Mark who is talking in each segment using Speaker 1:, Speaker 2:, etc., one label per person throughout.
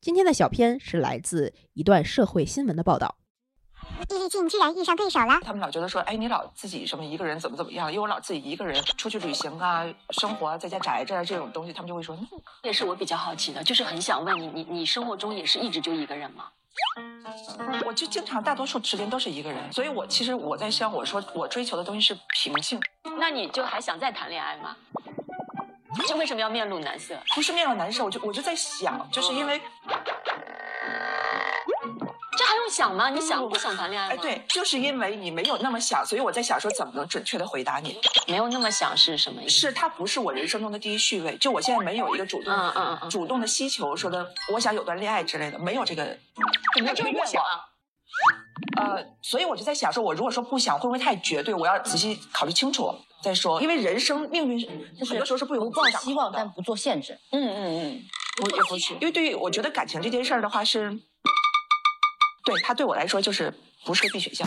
Speaker 1: 今天的小篇是来自一段社会新闻的报道。
Speaker 2: 易立竞居然遇上对手了，
Speaker 3: 他们老觉得说，哎，你老自己什么一个人怎么怎么样，因为我老自己一个人出去旅行啊、生活啊，在家宅着啊这种东西，他们就会说，嗯
Speaker 4: 也是我比较好奇的，就是很想问你，你你生活中也是一直就一个人吗？
Speaker 3: 我就经常大多数时间都是一个人，所以我其实我在想，我说我追求的东西是平静，
Speaker 4: 那你就还想再谈恋爱吗？这为什么要面露难色？
Speaker 3: 不是面有难受，我就我就在想，就是因为
Speaker 4: 这还用想吗？你想不想谈恋爱吗？
Speaker 3: 哎，，对，就是因为你没有那么想，所以我在想说怎么能准确的回答你。
Speaker 4: 没有那么想是什么意思？
Speaker 3: 是它不是我人生中的第一序位，就我现在没有一个主动、
Speaker 4: 嗯嗯嗯
Speaker 3: 主动的需求，说的我想有段恋爱之类的，没有这个，就没有
Speaker 4: 那
Speaker 3: 这个
Speaker 4: 就是
Speaker 3: 愿
Speaker 4: 愿
Speaker 3: 望。
Speaker 4: 望。
Speaker 3: 呃，所以我就在想说，我如果说不想，会不会太绝对？我要仔细考虑清楚再说，因为人生命运
Speaker 5: 就
Speaker 3: 很
Speaker 5: 是
Speaker 3: 多时候是不由
Speaker 5: 不抱
Speaker 3: 自己掌
Speaker 5: 希望，
Speaker 3: 控的
Speaker 5: 但不做限制。
Speaker 3: 嗯嗯嗯，我也不是，因为对于我觉得感情这件事儿的话是，对它对我来说就是不是个必选项。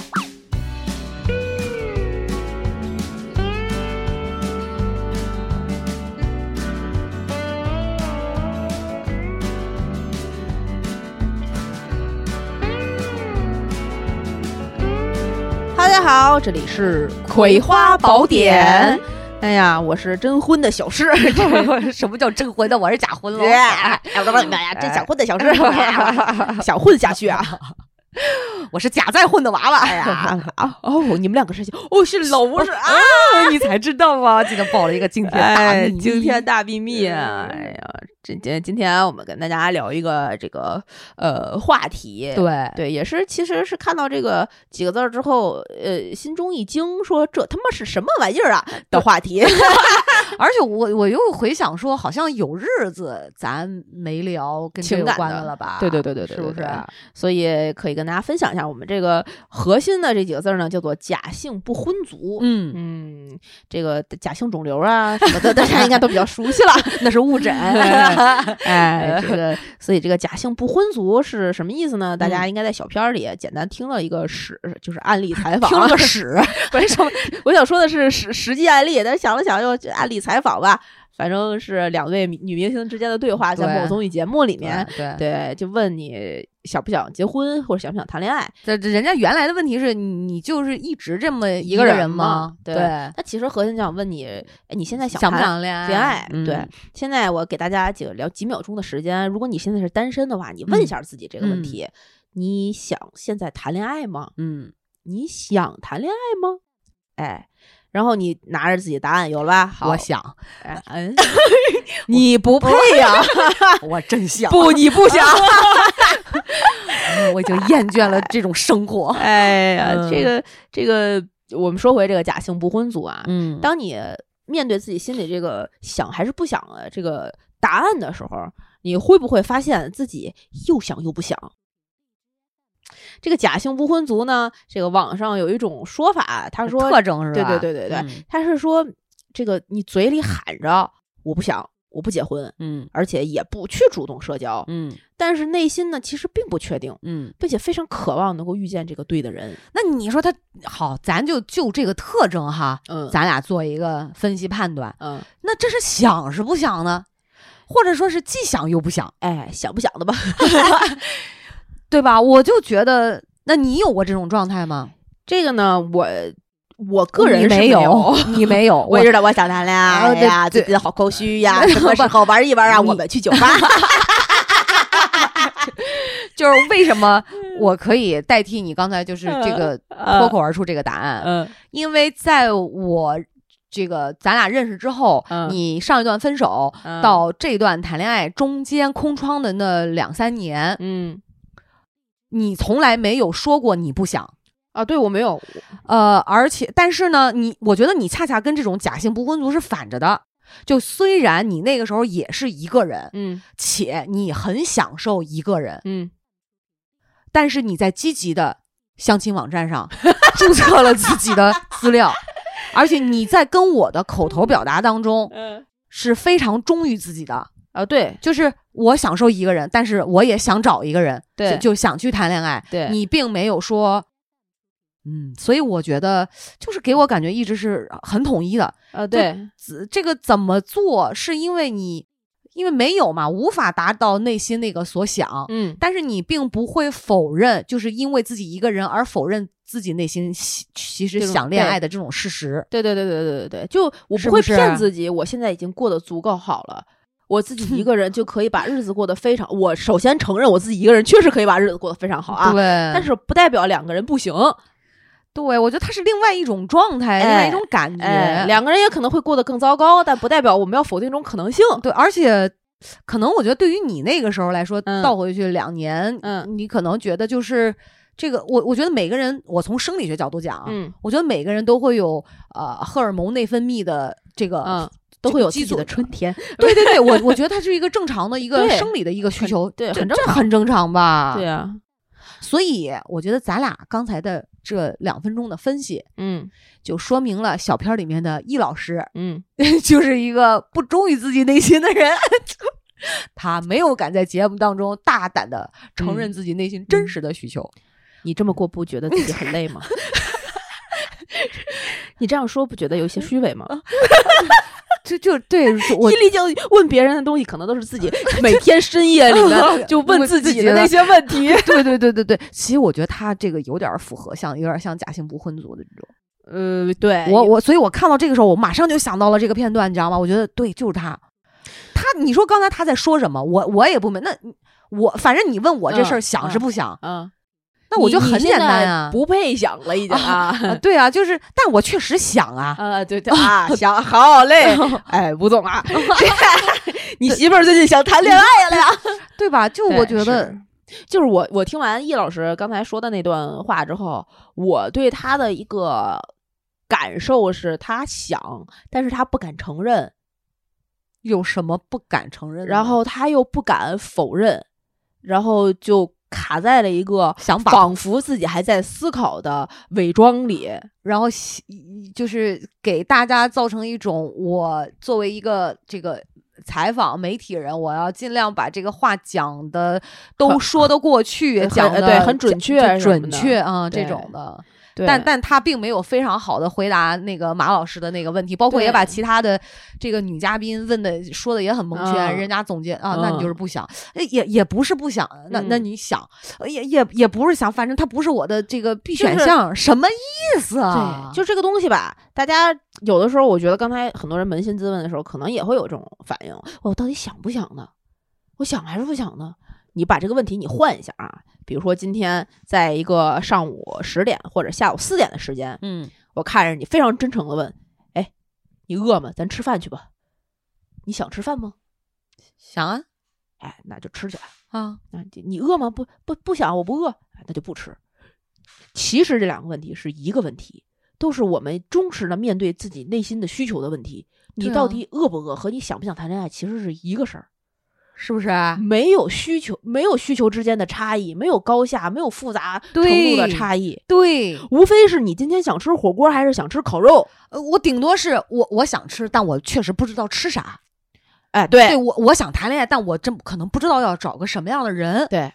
Speaker 1: 哈喽大家好，这里是《葵花宝典》。哎呀，我是征婚的小 诗，这个
Speaker 6: 什么叫真婚的？我是假婚喽。
Speaker 1: 哎
Speaker 6: 我的妈呀，真想混的小智，
Speaker 1: 想哎混下去啊！
Speaker 6: 我是假再混的娃娃
Speaker 1: 哎 呀，啊哦，你们两个是哦，是老不是啊？
Speaker 6: 你才知道吗？今天爆了一个惊天大
Speaker 1: 哎
Speaker 6: 秘，密。
Speaker 1: 惊天大秘密啊！哎呀，这今今天我们跟大家聊一个这个呃话题，
Speaker 6: 对，
Speaker 1: 对，也是，其实是看到这个几个字儿之后，呃，心中一惊，说这他妈是什么玩意儿 啊的话题。
Speaker 6: 而且我我又回想说，好像有日子咱没聊跟这
Speaker 1: 情
Speaker 6: 有
Speaker 1: 感
Speaker 6: 关
Speaker 1: 的
Speaker 6: 了吧？
Speaker 1: 对对对对对
Speaker 6: 是不
Speaker 1: 对
Speaker 6: 是？
Speaker 1: 所以可以跟大家分享一下，我们这个核心的这几个字儿呢，叫做假性不婚族。
Speaker 6: 嗯，
Speaker 1: 嗯，这个假性肿瘤啊什么的，大家应该都比较熟悉 了。
Speaker 6: 那是误诊。
Speaker 1: 哎，这 个，所以这个假性不婚族是什么意思呢？大家应该在小片儿里简单听了一个史，就是案 例采访，
Speaker 6: 听了个屎，
Speaker 1: 为什么？我想说的是实实际案例，但是想了想又就案例采访吧，反正是两位女女明星之间的对话，在
Speaker 6: 对
Speaker 1: 某综艺节目里面，
Speaker 6: 对对，
Speaker 1: 对，就问你想不想结婚，或者想不想谈恋爱。
Speaker 6: 这这人家原来的问题是你你就是一直这么一
Speaker 1: 个
Speaker 6: 个
Speaker 1: 人
Speaker 6: 人
Speaker 1: 吗
Speaker 6: 吗？
Speaker 1: 对他其实核心想问你，哎，你现在想
Speaker 6: 想不
Speaker 1: 谈
Speaker 6: 想恋爱？
Speaker 1: 恋爱？
Speaker 6: 嗯
Speaker 1: 对，，现在我给大家几个聊几秒钟的时间，如果你现在是单身的话，你问一下自己这个问题：你想现在谈恋爱吗？
Speaker 6: 嗯，
Speaker 1: 你想谈恋爱吗？哎。然后你拿着自己的答案有了吧？好，
Speaker 6: 我想，
Speaker 1: 哎
Speaker 6: 嗯，你不配呀、 我真想，
Speaker 1: 不，你不想。
Speaker 6: 我已经厌倦了这种生 活。
Speaker 1: 哎呀，
Speaker 6: 嗯
Speaker 1: 这个这个，我们说回这个假性不婚族啊，
Speaker 6: 嗯
Speaker 1: 当你面对自己心里这个想还是不想的这个答案的时候，你会不会发现自己又想又不想？这个假性不婚族呢，这个网上有一种说法，他说
Speaker 6: 特征是
Speaker 1: 对
Speaker 6: 吧？
Speaker 1: 对对对对
Speaker 6: 对，
Speaker 1: 他是说这个你嘴里喊着我不想，我不结婚，
Speaker 6: 嗯
Speaker 1: 而且也不去主动社交，
Speaker 6: 嗯
Speaker 1: 但是内心呢其实并不确定，
Speaker 6: 嗯。
Speaker 1: 并且非常渴望能够遇见这个对的人。
Speaker 6: 那你说他好，咱就就这个特征哈，
Speaker 1: 嗯
Speaker 6: 咱俩做一个分析判断。
Speaker 1: 嗯，
Speaker 6: 那这是想是不想呢？或者说是既想又不想，
Speaker 1: 哎，想不想的吧？
Speaker 6: 对吧？我就觉得，那你有过这种状态吗？
Speaker 1: 这个呢，我我个人
Speaker 6: 你
Speaker 1: 是
Speaker 6: 没
Speaker 1: 有，
Speaker 6: 有，你没 有，
Speaker 1: 我也知啊道我想谈恋爱
Speaker 6: 哎对
Speaker 1: 呀，最
Speaker 6: 对
Speaker 1: 近好空 虚呀，什么时候玩一玩 啊？
Speaker 6: 你
Speaker 1: 我们去酒吧。
Speaker 6: 就是为 什么
Speaker 1: 嗯
Speaker 6: 我可以代替你刚才就是这个脱口而出这个答案，
Speaker 1: 嗯
Speaker 6: 因为在我这个咱俩认识之后，
Speaker 1: 嗯
Speaker 6: 你上一段分手
Speaker 1: 嗯
Speaker 6: 到这段谈恋爱中间空窗的那两三年，
Speaker 1: 嗯
Speaker 6: 你从来没有说过你不想。
Speaker 1: 啊，对我没有，
Speaker 6: 呃，而且但是呢，你我觉得你恰恰跟这种假性不婚族是反着的。就虽然你那个时候也是一个人，
Speaker 1: 嗯
Speaker 6: 且你很享受一个人，
Speaker 1: 嗯，
Speaker 6: 但是你在积极的相亲网站上注册了自己的资料，而且你在跟我的口头表达当中
Speaker 1: 嗯
Speaker 6: 是非常忠于自己的，
Speaker 1: 啊，对
Speaker 6: 就是我享受一个人，但是我也想找一个人，
Speaker 1: 对
Speaker 6: 就就想去谈恋爱。
Speaker 1: 对
Speaker 6: 你并没有说，嗯，所以我觉得就是给我感觉一直是很统一的。
Speaker 1: 啊
Speaker 6: 对，子这个怎么做，是因为你因为没有嘛，无法达到内心那个所想。
Speaker 1: 嗯
Speaker 6: 但是你并不会否认，就是因为自己一个人而否认自己内心其其实
Speaker 1: 这种
Speaker 6: 想恋
Speaker 1: 对
Speaker 6: 爱的这种事实。
Speaker 1: 对对对对对对对，就我
Speaker 6: 是
Speaker 1: 不啊
Speaker 6: 不
Speaker 1: 会
Speaker 6: 是
Speaker 1: 骗自己，我现在已经过得足够好了。我自己一个人就可以把日子过得非常。我首先承认我自己一个人确实可以把日子过得非常好啊，
Speaker 6: 对，
Speaker 1: 但是不代表两个人不行。
Speaker 6: 对我觉得它是另外一种状态，另外一种感觉。
Speaker 1: 哎，两个人也可能会过得更糟糕，但不代表我们要否定这种可能性。
Speaker 6: 对，而且可能我觉得对于你那个时候来说，
Speaker 1: 嗯
Speaker 6: 倒回去两年，
Speaker 1: 嗯
Speaker 6: 你可能觉得就是这个，我我觉得每个人，我从生理学角度讲啊，
Speaker 1: 嗯
Speaker 6: 我觉得每个人都会有呃荷尔蒙内分泌的这个。
Speaker 1: 嗯，都会有自
Speaker 6: 激
Speaker 1: 己
Speaker 6: 素
Speaker 1: 的春天。
Speaker 6: 对对对，我我觉得它是一个正常的一个
Speaker 1: 对
Speaker 6: 生理的一个需
Speaker 1: 很
Speaker 6: 求，
Speaker 1: 对
Speaker 6: 这
Speaker 1: 很正
Speaker 6: 这很正常吧？
Speaker 1: 对啊，
Speaker 6: 所以我觉得咱俩刚才的这两分钟的分析，
Speaker 1: 嗯
Speaker 6: 就说明了小片儿里面的易老师
Speaker 1: 嗯，
Speaker 6: 就是一个不忠于自己内心的人， 他没有敢在节目当中大胆的承
Speaker 1: 嗯
Speaker 6: 认自己内心真实的需求。
Speaker 1: 你这么过不觉得自己很累吗？ 你这样说不觉得有些虚伪吗？
Speaker 6: 就就对我
Speaker 1: 伊。丽静问别人的东西，可能都是 自己每天深夜里 面就问
Speaker 6: 问
Speaker 1: 自
Speaker 6: 自
Speaker 1: 己
Speaker 6: 己
Speaker 1: 的那
Speaker 6: 的
Speaker 1: 些问题。
Speaker 6: 对对对对对，其实我觉得他这个有点符合，像有点像假性不婚族的这种。
Speaker 1: 呃，对
Speaker 6: 我我所以，我看到这个时候，我马上就想到了这个片段，你知道吗？我觉得对，就是他。他，你说刚才他在说什么？我我也不明。那我反正你问我这事儿
Speaker 1: 嗯
Speaker 6: 想是
Speaker 1: 嗯
Speaker 6: 不想，
Speaker 1: 嗯，
Speaker 6: 那我
Speaker 1: 你
Speaker 6: 就
Speaker 1: 你
Speaker 6: 很
Speaker 1: 现
Speaker 6: 简单
Speaker 1: 在
Speaker 6: 啊。
Speaker 1: 不配想了已经啊。
Speaker 6: 啊，对啊，就是，但我确实想啊。
Speaker 1: 啊，对对 啊，想好 嘞，哎，吴总 啊，你媳妇儿最近想谈恋爱 了呀？
Speaker 6: 对吧？就
Speaker 1: 对
Speaker 6: 我觉得
Speaker 1: 是，就是我我听完易老师刚才说的那段话之后，我对他的一个感受是，他想，但是他不敢承认，
Speaker 6: 有什么不敢承认的呢？
Speaker 1: 然后他又不敢否认，然后就卡在了一个
Speaker 6: 想把，
Speaker 1: 仿佛自己还在思考的伪装里。
Speaker 6: 然后喜就是给大家造成一种，我作为一个这个采访媒体人，我要尽量把这个话讲的都
Speaker 1: 很
Speaker 6: 说得过去，
Speaker 1: 很
Speaker 6: 讲
Speaker 1: 呃
Speaker 6: 的
Speaker 1: 对很准确什么
Speaker 6: 准
Speaker 1: 的
Speaker 6: 确啊、这
Speaker 1: 对
Speaker 6: 种的。
Speaker 1: 对
Speaker 6: 但但他并没有非常好的回答那个马老师的那个问题，包括
Speaker 1: 对
Speaker 6: 也把其他的这个女嘉宾问的说的也很蒙圈，
Speaker 1: 嗯
Speaker 6: 人家总结啊，那
Speaker 1: 嗯
Speaker 6: 你就是不想，哎也也不是不想，那那
Speaker 1: 嗯
Speaker 6: 你想，呃也也也不是想，反正它不是我的这个必
Speaker 1: 就
Speaker 6: 选
Speaker 1: 是
Speaker 6: 项，什么意思啊？
Speaker 1: 对，就这个东西吧，大家有的时候，我觉得刚才很多人扪心自问的时候，可能也会有这种反应：我到底想不想呢？我想还是不想呢？你把这个问题你换一下啊，比如说今天在一个上午十点或者下午四点的时间，
Speaker 6: 嗯，
Speaker 1: 我看着你非常真诚的问：“哎，你饿吗？咱吃饭去吧。你想吃饭吗？
Speaker 6: 想啊
Speaker 1: 哎，那就吃去吧。
Speaker 6: 啊，
Speaker 1: 那你你饿吗？不不不想，我不饿，哎那就不吃。其实这两个问题是一个问题，都是我们忠实的面对自己内心的需求的问题。你
Speaker 6: 对啊
Speaker 1: 到底饿不饿和你想不想谈恋爱其实是一个事儿，
Speaker 6: 是不是？啊
Speaker 1: 没有需求，没有需求之间的差异，没有高下，没有复杂程度的
Speaker 6: 对
Speaker 1: 差异，
Speaker 6: 对，
Speaker 1: 无非是你今天想吃火锅还是想吃烤肉。
Speaker 6: 呃我顶多是我我想吃，但我确实不知道吃啥。
Speaker 1: 哎，对
Speaker 6: 对我我想谈恋爱，但我真可能不知道要找个什么样的人，
Speaker 1: 对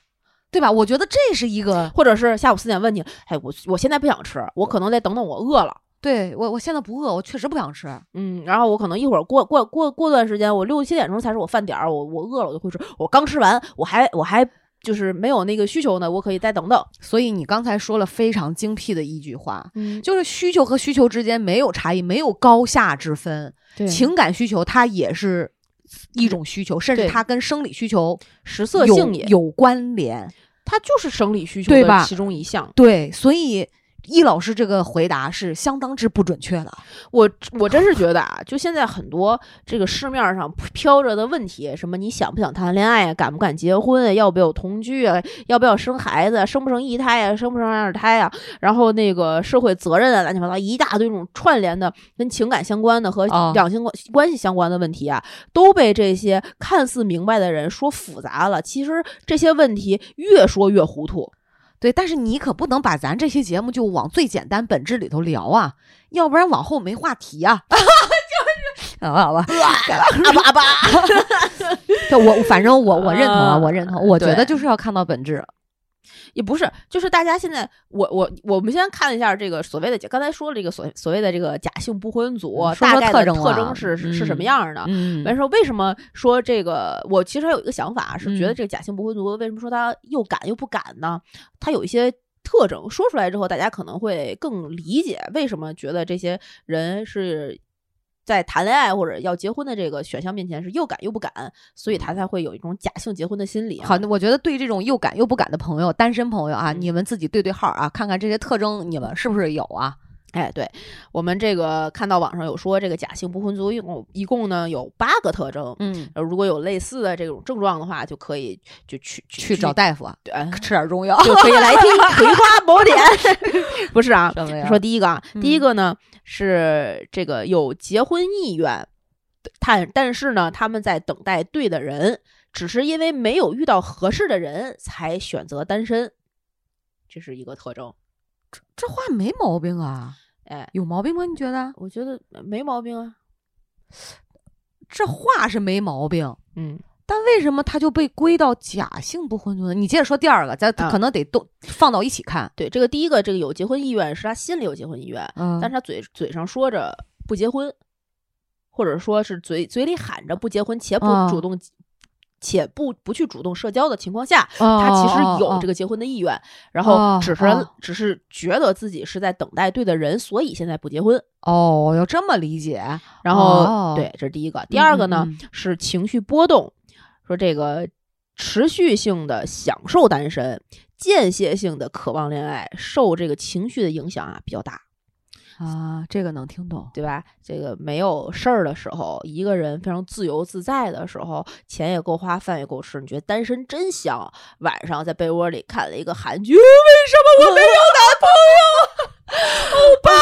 Speaker 6: 对吧？我觉得这是一个
Speaker 1: 或者是下午四点问你，哎，我我现在不想吃，我可能得等等我饿了。
Speaker 6: 对我，我现在不饿，我确实不想吃。
Speaker 1: 嗯，然后我可能一会儿过过过过段时间，我六七点钟才是我饭点儿，我我饿了我就会吃，我刚吃完，我还我还就是没有那个需求呢，我可以再等等。
Speaker 6: 所以你刚才说了非常精辟的一句话，
Speaker 1: 嗯，
Speaker 6: 就是需求和需求之间没有差异，没有高下之分。
Speaker 1: 对
Speaker 6: 情感需求它也是一种需求，甚至
Speaker 1: 对
Speaker 6: 它跟生理需求
Speaker 1: 食色
Speaker 6: 有
Speaker 1: 性也，
Speaker 6: 有关联。
Speaker 1: 它就是生理需求
Speaker 6: 对
Speaker 1: 的
Speaker 6: 吧
Speaker 1: 其中一项。
Speaker 6: 对，所以易老师这个回答是相当之不准确的。
Speaker 1: 我我真是觉得啊，就现在很多这个市面上飘着的问题，什么你想不想谈恋爱啊，敢不敢结婚啊，要不要同居啊，要不要生孩子啊，生不生一胎啊，生不生二胎啊，然后那个社会责任啊，乱七八糟一大堆这种串联的跟情感相关的和
Speaker 6: 啊
Speaker 1: 两性关关系相关的问题啊，都被这些看似明白的人说复杂了，其实这些问题越说越糊涂。
Speaker 6: 对，但是你可不能把咱这些节目就往最简单本质里头聊啊，要不然往后没话题啊。 就是，好吧， 好吧，
Speaker 1: 阿巴阿巴，
Speaker 6: 对我反正我我认同啊，啊
Speaker 1: 啊
Speaker 6: 我认同，我觉
Speaker 1: 对
Speaker 6: 得就是要看到本质。啊
Speaker 1: 也不是，就是大家现在，我我我们先看一下这个所谓的，刚才说了这个所所谓的这个假性不婚族，
Speaker 6: 嗯说
Speaker 1: 大
Speaker 6: 说
Speaker 1: 概
Speaker 6: 特
Speaker 1: 的
Speaker 6: 征
Speaker 1: 特
Speaker 6: 啊
Speaker 1: 征是、是是什么
Speaker 6: 嗯
Speaker 1: 样儿的？
Speaker 6: 嗯
Speaker 1: 完事儿为什么说这个？我其实还有一个想法，是觉得
Speaker 6: 嗯
Speaker 1: 这个假性不婚族为什么说他又敢又不敢呢？他有一些特征，说出来之后，大家可能会更理解为什么觉得这些人是在谈恋爱或者要结婚的这个选项面前是又敢又不敢，所以他才会有一种假性结婚的心理啊。
Speaker 6: 嗯好，那我觉得对这种又敢又不敢的朋友，单身朋友啊，你们自己对对号啊，看看这些特征你们是不是有啊？
Speaker 1: 哎，对我们这个看到网上有说，这个假性不婚族一共一共呢有八个特征。
Speaker 6: 嗯，
Speaker 1: 呃，如果有类似的这种症状的话，就可以就去
Speaker 6: 去找大夫啊，
Speaker 1: 对哎
Speaker 6: 吃点中药。
Speaker 1: 就可以来听《葵花宝典》。不是啊
Speaker 6: 什么呀，
Speaker 1: 说第一个啊，第一
Speaker 6: 嗯
Speaker 1: 个呢是这个有结婚意愿，但但是呢，他们在等待对的人，只是因为没有遇到合适的人才选择单身，这是一个特征。
Speaker 6: 这话没毛病啊，
Speaker 1: 哎，
Speaker 6: 有毛病吗？你觉得？
Speaker 1: 我觉得没毛病啊。
Speaker 6: 这话是没毛病，
Speaker 1: 嗯，
Speaker 6: 但为什么他就被归到假性不婚族呢？你接着说第二个，咱
Speaker 1: 啊
Speaker 6: 可能得都、放到一起看。
Speaker 1: 对，这个第一个，这个有结婚意愿是他心里有结婚意愿，
Speaker 6: 嗯，
Speaker 1: 但是他嘴嘴上说着不结婚，或者说是嘴嘴里喊着不结婚，且不
Speaker 6: 啊
Speaker 1: 主动，且不不去主动社交的情况下，他
Speaker 6: 他
Speaker 1: 其实有这
Speaker 6: 个，
Speaker 1: 个结婚的意愿，然后
Speaker 6: 哦
Speaker 1: 只是、
Speaker 6: 哦
Speaker 1: 只是觉得自己是在等待对的人，所以现在不结婚。
Speaker 6: 哦，要这么理解。
Speaker 1: 然后、
Speaker 6: 哦
Speaker 1: 对，这是第一个。第二个呢、
Speaker 6: 嗯嗯
Speaker 1: 是情绪波动，说这个持续性的享受单身，间歇性的渴望恋爱，受这个情绪的影响啊比较大。
Speaker 6: 啊，这个能听懂。
Speaker 1: 对吧？这个没有事儿的时候，一个人非常自由自在的时候，钱也够花，饭也够吃，你觉得单身真香。晚上在被窝里看了一个韩剧，为 什么我没有男朋友？ 欧 巴，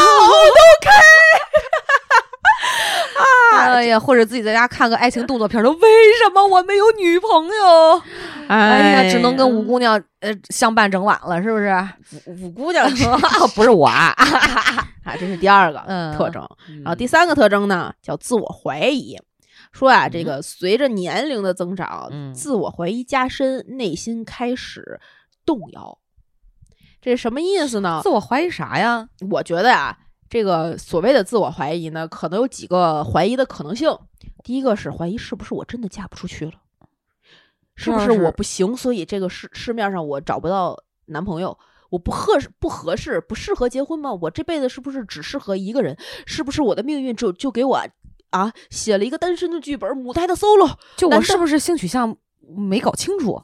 Speaker 6: 哎呀，或者自己在家看个爱情动作片儿，说为什么我没有女朋友？哎呀，只能跟五姑娘呃相伴整晚了，是不是？
Speaker 1: 五姑娘
Speaker 6: 不是我啊，
Speaker 1: 啊，这是第二个
Speaker 6: 嗯
Speaker 1: 特征。然
Speaker 6: 然
Speaker 1: 后第三个特征呢，叫自我怀疑。说啊，这个随着年龄的增长，
Speaker 6: 嗯
Speaker 1: 自我怀疑加深，内心开始动摇。这是什么意思呢？
Speaker 6: 自我怀疑啥呀？
Speaker 1: 我觉得啊，这个所谓的自我怀疑呢，可能有几个怀疑的可能性。第一个是怀疑是不是我真的嫁不出去了，是不
Speaker 6: 要
Speaker 1: 是我
Speaker 6: 是
Speaker 1: 不行，所以这个市市面上我找不到男朋友，我不合适不合适，不适合结婚吗？我这辈子是不是只适合一个人？是不是我的命运就就给我啊写了一个单身的剧本，母胎的 solo？
Speaker 6: 就
Speaker 1: 难
Speaker 6: 我
Speaker 1: 道
Speaker 6: 是不是性取向没搞清楚？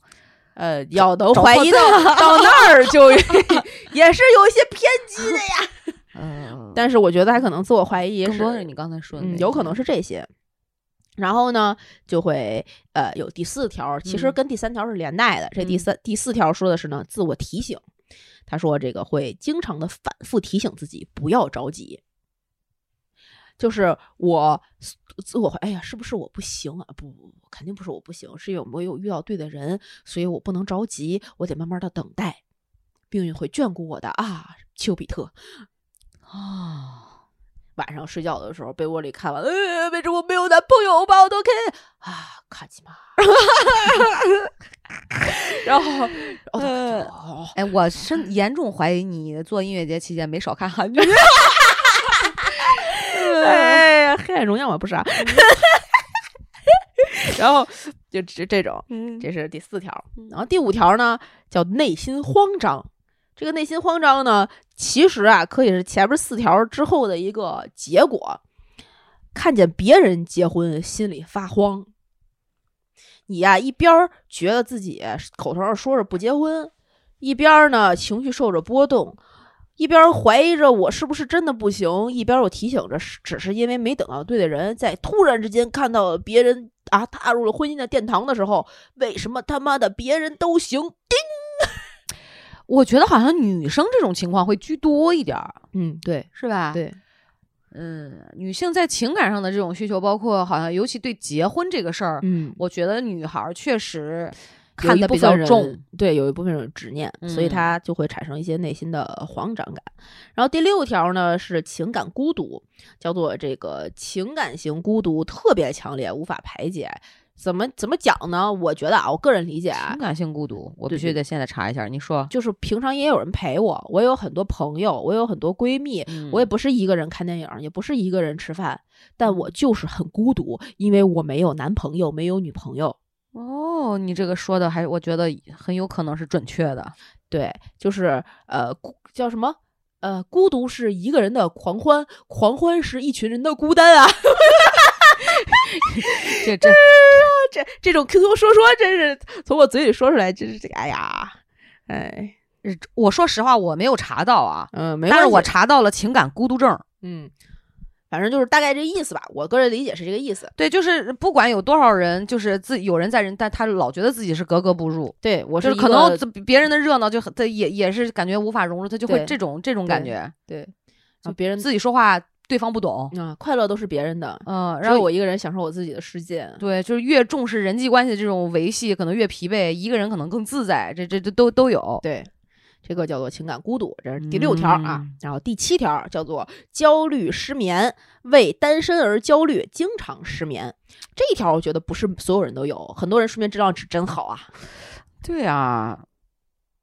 Speaker 1: 呃，要能
Speaker 6: 找
Speaker 1: 怀
Speaker 6: 错
Speaker 1: 疑
Speaker 6: 地
Speaker 1: 到
Speaker 6: 儿了
Speaker 1: 到那儿就也是有一些偏激的呀。
Speaker 6: 嗯，
Speaker 1: 但是我觉得他可能自我怀疑
Speaker 6: 更多是你刚才说的那
Speaker 1: 嗯，
Speaker 6: 个，
Speaker 1: 有可能是这些。然后呢，就会呃有第四条，其实
Speaker 6: 嗯
Speaker 1: 跟第三条是连带的。这第
Speaker 6: 嗯
Speaker 1: 三第四条说的是呢，自我提醒。他说这个会经常的反复提醒自己不要着急，就是我自我怀哎呀，是不是我不行啊？不不不，肯定不是我不行，是有没有遇到对的人，所以我不能着急，我得慢慢的等待，命运会眷顾我的啊，丘比特。
Speaker 6: 啊。
Speaker 1: 晚上睡觉的时候，被窝里看完，呃，为什么没有男朋友把我都 K 啊，卡其玛，然后，哦，
Speaker 6: 呃
Speaker 1: 哦
Speaker 6: 哎，我深严重怀疑你做音乐节期间没少看韩剧。
Speaker 1: 哎呀，黑暗荣耀嘛，不是啊，然后就这这种，
Speaker 6: 嗯
Speaker 1: 这是第四条，然后第五条呢叫内心慌张。这个内心慌张呢，其实啊可以是前面四条之后的一个结果。看见别人结婚，心里发慌。你呀、一边儿觉得自己口头上说着不结婚，一边儿呢情绪受着波动，一边儿怀疑着我是不是真的不行，一边儿又提醒着是只是因为没等到对的人，在突然之间看到别人啊踏入了婚姻的殿堂的时候，为什么他妈的别人都行？
Speaker 6: 我觉得好像女生这种情况会居多一点儿，
Speaker 1: 嗯，对
Speaker 6: 是吧？，
Speaker 1: 对，
Speaker 6: 嗯，女性在情感上的这种需求，包括好像尤其对结婚这个事儿，
Speaker 1: 嗯，
Speaker 6: 我觉得女孩儿确实
Speaker 1: 看
Speaker 6: 看
Speaker 1: 的
Speaker 6: 的
Speaker 1: 比
Speaker 6: 比
Speaker 1: 较
Speaker 6: 较
Speaker 1: 重
Speaker 6: 重。，
Speaker 1: 对，有一部分人有执念，所以
Speaker 6: 嗯
Speaker 1: 他就会产生一些内心的慌张感。然后第六条呢是情感孤独，叫做这个情感型孤独特别强烈，无法排解，怎么怎么讲呢？我觉得啊，我个人理解啊
Speaker 6: 情，感性孤独，我
Speaker 1: 对
Speaker 6: 必
Speaker 1: 对
Speaker 6: 须得现在查一下。你说，
Speaker 1: 就是平常也有人陪我，我有很多朋友，我有很多闺蜜，我也
Speaker 6: 也
Speaker 1: 不是一个人看电影，也不是一个人吃饭，但我就是很孤独，因为我没有男朋友，没有女朋友。
Speaker 6: 哦，你这个说的还我觉得很有可能是准确的。
Speaker 1: 对，就是呃，孤叫什么？呃，孤独是一个人的狂欢，狂欢是一群人的孤单啊！
Speaker 6: 这 这
Speaker 1: 这这种 QQ 说说，真是从我嘴里说出来，真是这个哎呀，哎，
Speaker 6: 我说实话，我没有查到啊，
Speaker 1: 嗯、没
Speaker 6: 但
Speaker 1: 关
Speaker 6: 是我
Speaker 1: 系
Speaker 6: 查到了情感孤独症。
Speaker 1: 嗯，反正就是大概这意思吧。我个人理解是这个意思。
Speaker 6: 对，就是不管有多少人，就是自有人在人，但他老觉得自己是格格不入，
Speaker 1: 对我
Speaker 6: 就是是
Speaker 1: 一
Speaker 6: 可能
Speaker 1: 个
Speaker 6: 自别人的热闹就很，他也也是感觉无法融入，他就会
Speaker 1: 对
Speaker 6: 这种这种感觉，
Speaker 1: 对，然后别人
Speaker 6: 自己说话对方不懂，
Speaker 1: 啊，快乐都是别人的，
Speaker 6: 嗯，
Speaker 1: 只
Speaker 6: 然
Speaker 1: 有
Speaker 6: 后
Speaker 1: 我一个人享受我自己的世界。
Speaker 6: 对，就是越重视人际关系这种维系，可能越疲惫，一个人可能更自在，这这这都都有。
Speaker 1: 对，这个叫做情感孤独，这是第六条啊。
Speaker 6: 嗯
Speaker 1: 然后第七条叫做焦虑失眠，为单身而焦虑，经常失眠。这一条我觉得不是所有人都有，很多人睡眠质量是真好啊。
Speaker 6: 对啊，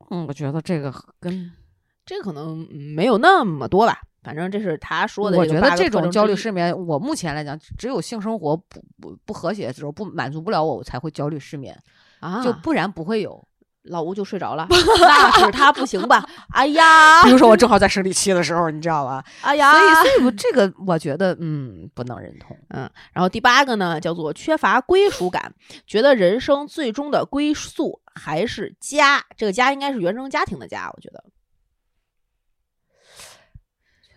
Speaker 6: 嗯，我觉得这个跟
Speaker 1: 这个可能嗯没有那么多吧，反正这是他说的。
Speaker 6: 我觉得这种焦虑
Speaker 1: 是。
Speaker 6: 失眠，我目前来讲，只有性生活不不不和谐的时候，不满足不了我，我才会焦虑失眠，
Speaker 1: 啊，
Speaker 6: 就不然不会有。
Speaker 1: 老吴就睡 着了，那是他不行吧？哎呀，
Speaker 6: 如说我正好在生理期的时候，你知道吧？
Speaker 1: 哎呀，
Speaker 6: 所以，所以 我这个我觉得，嗯，不能认同。
Speaker 1: 嗯，然后第八个呢，叫做缺乏归属感，觉得人生最终的归宿还是家，这个家应该是原生家庭的家，我觉得。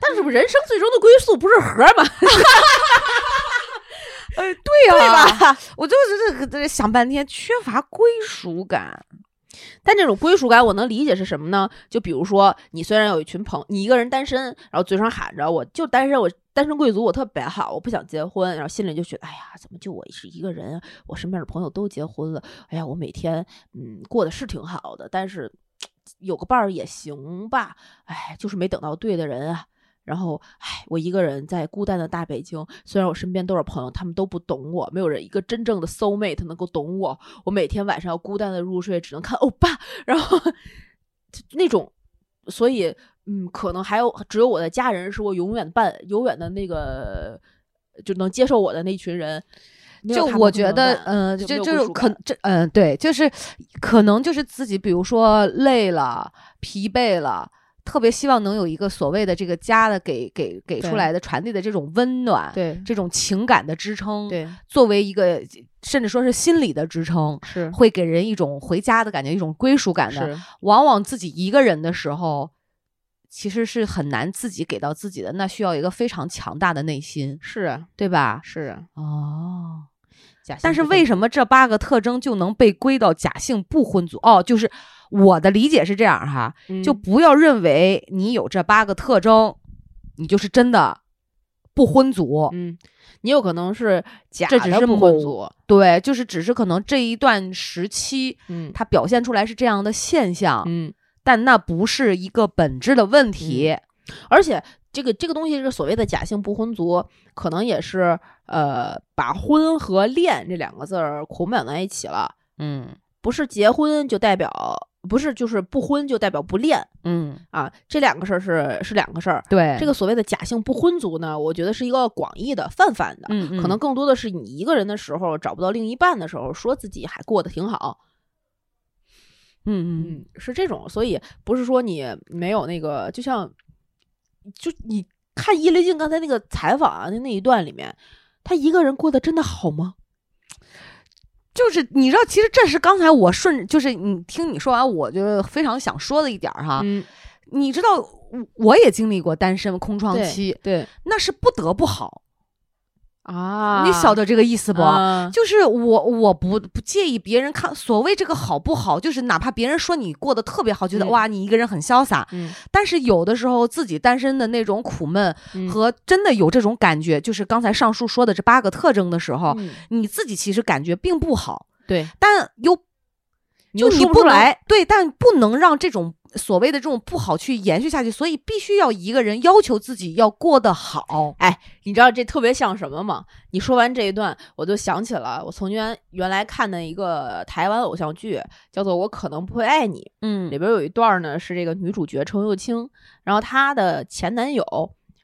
Speaker 1: 但是人生最终的归宿不是盒儿吗？
Speaker 6: 哎，对
Speaker 1: 啊
Speaker 6: 对吧？我就是这个想半天，缺乏归属感。
Speaker 1: 但这种归属感，我能理解是什么呢？就比如说，你虽然有一群朋，你一个人单身，然后嘴上喊着我就单身，我单身贵族，我特别好，我不想结婚，然后心里就觉得，哎呀，怎么就我是一个人？我身边的朋友都结婚了，哎呀，我每天嗯过得是挺好的，但是有个伴儿也行吧，哎，就是没等到对的人啊。然后，哎，我一个人在孤单的大北京，虽然我身边都是朋友，他们都不懂我，没有人一个真正的 soul mate 能够懂我。我每天晚上要孤单的入睡，只能看欧巴，然后就那种，所以嗯，可能还有只有我的家人是我永远伴、永远的那个就能接受我的那群人。没有
Speaker 6: 就
Speaker 1: 他们
Speaker 6: 我
Speaker 1: 不
Speaker 6: 觉
Speaker 1: 能
Speaker 6: 得，
Speaker 1: 办
Speaker 6: 嗯、
Speaker 1: 就
Speaker 6: 就
Speaker 1: 没有
Speaker 6: 就
Speaker 1: 归
Speaker 6: 是
Speaker 1: 属
Speaker 6: 可
Speaker 1: 感
Speaker 6: 这，嗯、对，就是可能就是自己，比如说累了、疲惫了，特别希望能有一个所谓的这个家的给给给
Speaker 1: 对
Speaker 6: 出来的传递的这种温暖，
Speaker 1: 对
Speaker 6: 这种情感的支撑，
Speaker 1: 对
Speaker 6: 作为一个甚至说是心理的支撑，
Speaker 1: 是
Speaker 6: 会给人一种回家的感觉，一种归属感的。
Speaker 1: 是
Speaker 6: 往往自己一个人的时候，其实是很难自己给到自己的，那需要一个非常强大的内心，
Speaker 1: 是啊
Speaker 6: 对吧？
Speaker 1: 是啊，
Speaker 6: 哦，
Speaker 1: 假性
Speaker 6: 但是
Speaker 1: 不
Speaker 6: 为
Speaker 1: 婚
Speaker 6: 什么这八个特征就能被归到假性不婚族？哦，就是我的理解是这样哈，
Speaker 1: 族
Speaker 6: 就
Speaker 1: 嗯
Speaker 6: 不要认为你有这八个特征，你就是真的不婚族。
Speaker 1: 嗯，你有可能是假
Speaker 6: 这只
Speaker 1: 的
Speaker 6: 是
Speaker 1: 不婚
Speaker 6: 某
Speaker 1: 族，
Speaker 6: 对，就是只是可能这一段时期
Speaker 1: 嗯
Speaker 6: 它表现出来是这样的现象，
Speaker 1: 嗯，
Speaker 6: 但那不是一个本质的问题。
Speaker 1: 而且这个这个东西，这个所谓的假性不婚族，可能也是呃把婚和恋这两个字儿捆绑在一起了，
Speaker 6: 嗯
Speaker 1: 不是结婚就代表，不是就是不婚就代表不恋
Speaker 6: 嗯，
Speaker 1: 啊，这两个事儿是是两个事儿。
Speaker 6: 对，
Speaker 1: 这
Speaker 6: 个
Speaker 1: 个所谓的假性不婚族呢，我觉得是一个广义的、泛泛的，
Speaker 6: 嗯
Speaker 1: 可能更多的是你一个人的时候找不到另一半的时候，说自己还过得挺好，
Speaker 6: 嗯嗯
Speaker 1: 嗯，是这种，所以不是说你没有那个，就像，就你看伊雷静刚才那个采访啊，那那一段里面，他一个人过得真的好吗？
Speaker 6: 就是你知道，其实这是刚才我顺，就是你听你说完，我就非常想说的一点儿哈。
Speaker 1: 嗯，
Speaker 6: 你知道，我也经历过单身空窗期，
Speaker 1: 对
Speaker 6: 那是不得不好，
Speaker 1: 啊
Speaker 6: 你晓得这个意思不？
Speaker 1: 啊
Speaker 6: 就是我，我不不介意别人看所谓这个好不好，就是哪怕别人说你过得特别好，觉得、
Speaker 1: 嗯
Speaker 6: 哇你一个人很潇洒，
Speaker 1: 嗯
Speaker 6: 但是有的时候自己单身的那种苦闷
Speaker 1: 嗯
Speaker 6: 和真的有这种感觉，就是刚才上述说的这八个特征的时候，
Speaker 1: 嗯
Speaker 6: 你自己其实感觉并不好，
Speaker 1: 对，
Speaker 6: 但又
Speaker 1: 你
Speaker 6: 就
Speaker 1: 又
Speaker 6: 你
Speaker 1: 说不出
Speaker 6: 来，对，但不能让这种所谓的这种不好去延续下去，所以必须要一个人要求自己要过得好。
Speaker 1: 你知道这特别像什么吗？你说完这一段，我就想起了我从前原来看的一个台湾偶像剧，叫做《我可能不会爱你》。
Speaker 6: 嗯
Speaker 1: 里边有一段呢是这个女主角程又青，然后她的前男友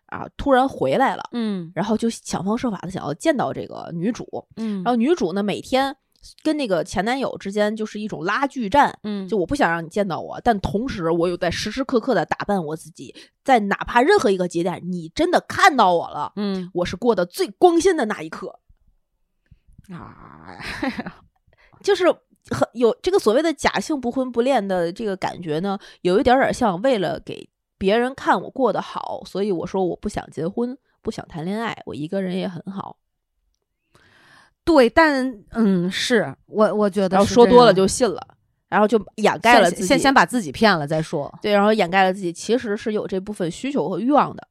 Speaker 1: 啊突然回来了，
Speaker 6: 嗯
Speaker 1: 然后就想方设法的想要见到这个女主，
Speaker 6: 嗯
Speaker 1: 然后女主呢每天跟那个前男友之间就是一种拉锯战。
Speaker 6: 嗯
Speaker 1: 就我不想让你见到我，但同时我又在时时刻刻的打扮我自己，在哪怕任何一个节点，你真的看到我了，
Speaker 6: 嗯
Speaker 1: 我是过得最光鲜的那一刻，
Speaker 6: 啊，
Speaker 1: 就是很有这个所谓的假性不婚不恋的这个感觉呢，有一点点像为了给别人看我过得好，所以我说我不想结婚，不想谈恋爱，我一个人也很好。
Speaker 6: 对，但嗯，是我我觉得
Speaker 1: 然后
Speaker 6: 是
Speaker 1: 说
Speaker 6: 这
Speaker 1: 多了
Speaker 6: 样
Speaker 1: 就信了，然后就掩盖了自己，
Speaker 6: 先先先把自己骗了再说。
Speaker 1: 对，然后掩盖了自己其实是有这部分需求和欲望的。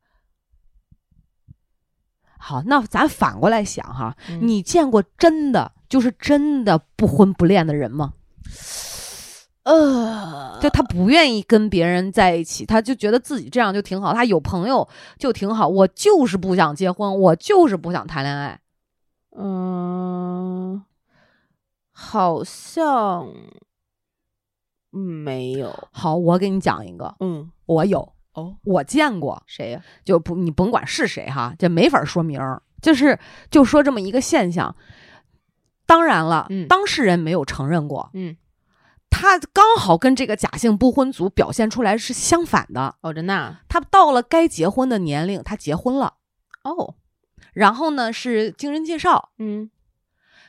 Speaker 6: 好，那咱反过来想哈，
Speaker 1: 嗯
Speaker 6: 你见过真的就是真的不婚不恋的人吗？
Speaker 1: 呃，
Speaker 6: 就他不愿意跟别人在一起，他就觉得自己这样就挺好，他有朋友就挺好。我就是不想结婚，我就是不想谈恋爱。
Speaker 1: 嗯、好像嗯没有，
Speaker 6: 好，我给你讲一个，
Speaker 1: 嗯，
Speaker 6: 我有，
Speaker 1: 哦，
Speaker 6: 我见过，
Speaker 1: 谁呀、
Speaker 6: 就不你甭管是谁哈，这没法说明儿，就是就说这么一个现象。当然了，
Speaker 1: 嗯
Speaker 6: 当事人没有承认过，
Speaker 1: 嗯，
Speaker 6: 他刚好跟这个假性不婚族表现出来是相反的。
Speaker 1: 哦，真的啊，
Speaker 6: 他到了该结婚的年龄，他结婚了，
Speaker 1: 哦，
Speaker 6: 然后呢是经人介绍，
Speaker 1: 嗯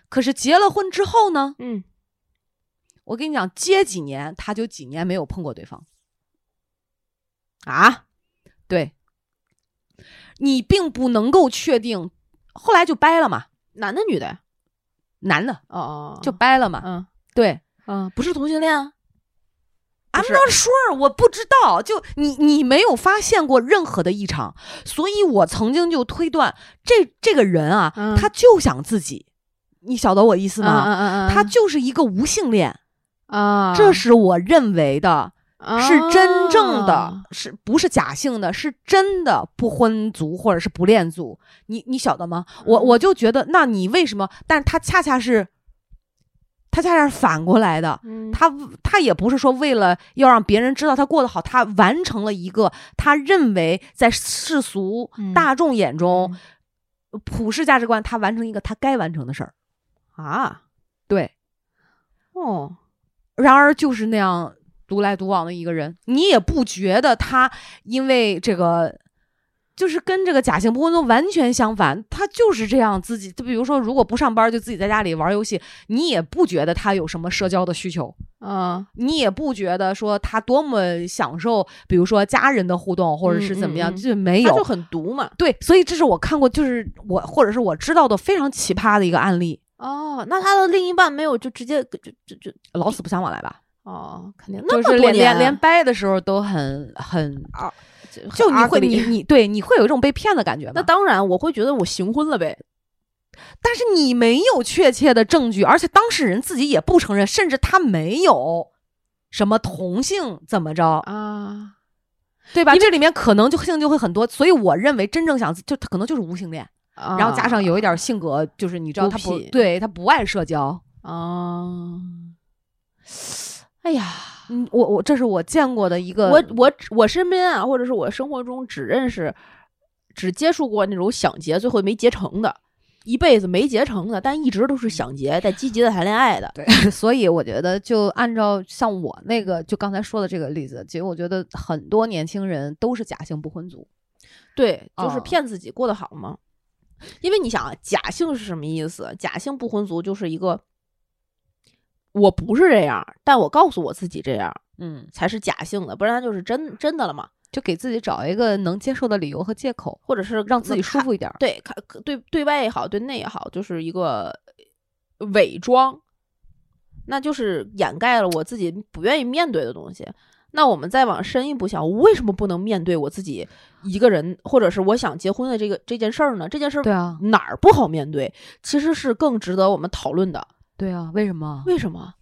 Speaker 6: 可是结了婚之后呢，
Speaker 1: 嗯。
Speaker 6: 我跟你讲，接几年他就几年没有碰过对方。
Speaker 1: 啊，
Speaker 6: 对，你并不能够确定，后来就掰了嘛，
Speaker 1: 男的女的呀？
Speaker 6: 男的
Speaker 1: 哦哦，哦
Speaker 6: 就掰了嘛。
Speaker 1: 嗯
Speaker 6: 对
Speaker 1: 嗯，不是同性恋啊，
Speaker 6: ，I'm not sure，我不知道。就你你没有发现过任何的异常，所以我曾经就推断这这个人啊，
Speaker 1: 嗯
Speaker 6: 他就想自己，你晓得我意思
Speaker 1: 嗯
Speaker 6: 吗？
Speaker 1: 嗯嗯，
Speaker 6: 他就是一个无性恋，
Speaker 1: 啊，
Speaker 6: 这是我认为的。
Speaker 1: 嗯
Speaker 6: 是真正的，
Speaker 1: 啊
Speaker 6: 是不是假性的？是真的不婚族或者是不恋族？你你晓得吗？我
Speaker 1: 嗯
Speaker 6: 我就觉得，那你为什么？但是他恰恰是，他恰恰是反过来的。
Speaker 1: 嗯
Speaker 6: 他他也不是说为了要让别人知道他过得好，他完成了一个他认为在世俗
Speaker 1: 嗯
Speaker 6: 大众眼中、普世价值观，他完成一个他该完成的事儿。
Speaker 1: 啊，
Speaker 6: 对，
Speaker 1: 哦，
Speaker 6: 然而就是那样独来独往的一个人，你也不觉得他因为这个，就是跟这个假性不婚族完全相反，他就是这样自己。就比如说，如果不上班，就自己在家里玩游戏，你也不觉得他有什么社交的需求，
Speaker 1: 嗯，
Speaker 6: 你也不觉得说他多么享受，比如说家人的互动或者
Speaker 1: 嗯
Speaker 6: 是怎么
Speaker 1: 嗯
Speaker 6: 样，
Speaker 1: 嗯
Speaker 6: 就没
Speaker 1: 他就
Speaker 6: 有。
Speaker 1: 很毒嘛。
Speaker 6: 对，所以这是我看过，就是我或者是我知道的非常奇葩的一个案例，
Speaker 1: 哦，那他的另一半没有就直接就就就
Speaker 6: 老死不相往来吧，
Speaker 1: 哦，肯定那
Speaker 6: 就
Speaker 1: 么多
Speaker 6: 是连
Speaker 1: 年啊
Speaker 6: 连连掰的时候都很很
Speaker 1: 就
Speaker 6: 就你会你
Speaker 1: 你
Speaker 6: 你对你会有一种被骗的感觉
Speaker 1: 那
Speaker 6: 吗？
Speaker 1: 当然我会觉得我行婚了呗。
Speaker 6: 但是你没有确切的证据，而且当事人自己也不承认，甚至他没有什么同性怎么着，
Speaker 1: 啊，
Speaker 6: 对吧？这里面可能就性就会很多，所以我认为真正想就他可能就是无性恋，
Speaker 1: 啊
Speaker 6: 然后加上有一点性格就是你知道
Speaker 1: 孤
Speaker 6: 他不
Speaker 1: 僻
Speaker 6: 对他不爱社交，
Speaker 1: 啊，哎呀。
Speaker 6: 嗯，我我这是我见过的一个
Speaker 1: 我我只我身边啊，或者是我生活中只认识、只接触过那种想结最后没结成的，一辈子没结成的，但一直都是想结，但积极的谈恋爱的。
Speaker 6: 对，所以我觉得就按照像我那个就刚才说的这个例子，其实我觉得很多年轻人都是假性不婚族，
Speaker 1: 对，就是
Speaker 6: 哦
Speaker 1: 骗自己过得好吗？因为你想啊，假性是什么意思？假性不婚族就是一个，我不是这样，但我告诉我自己这样
Speaker 6: 嗯，
Speaker 1: 才是假性的，不然就是真真的了嘛，
Speaker 6: 就给自己找一个能接受的理由和借口，
Speaker 1: 或者是
Speaker 6: 让自己
Speaker 1: 能
Speaker 6: 舒
Speaker 1: 看
Speaker 6: 服一点儿。
Speaker 1: 对，看对对外也好，对内也好，就是一个伪装，那就是掩盖了我自己不愿意面对的东西。那我们再往深一步想，我为什么不能面对我自己一个人，或者是我想结婚的这个这件事儿呢？这件事
Speaker 6: 对
Speaker 1: 儿
Speaker 6: 啊，
Speaker 1: 哪儿不好面对，其实是更值得我们讨论的。
Speaker 6: 对啊，为什么？
Speaker 1: 为什么？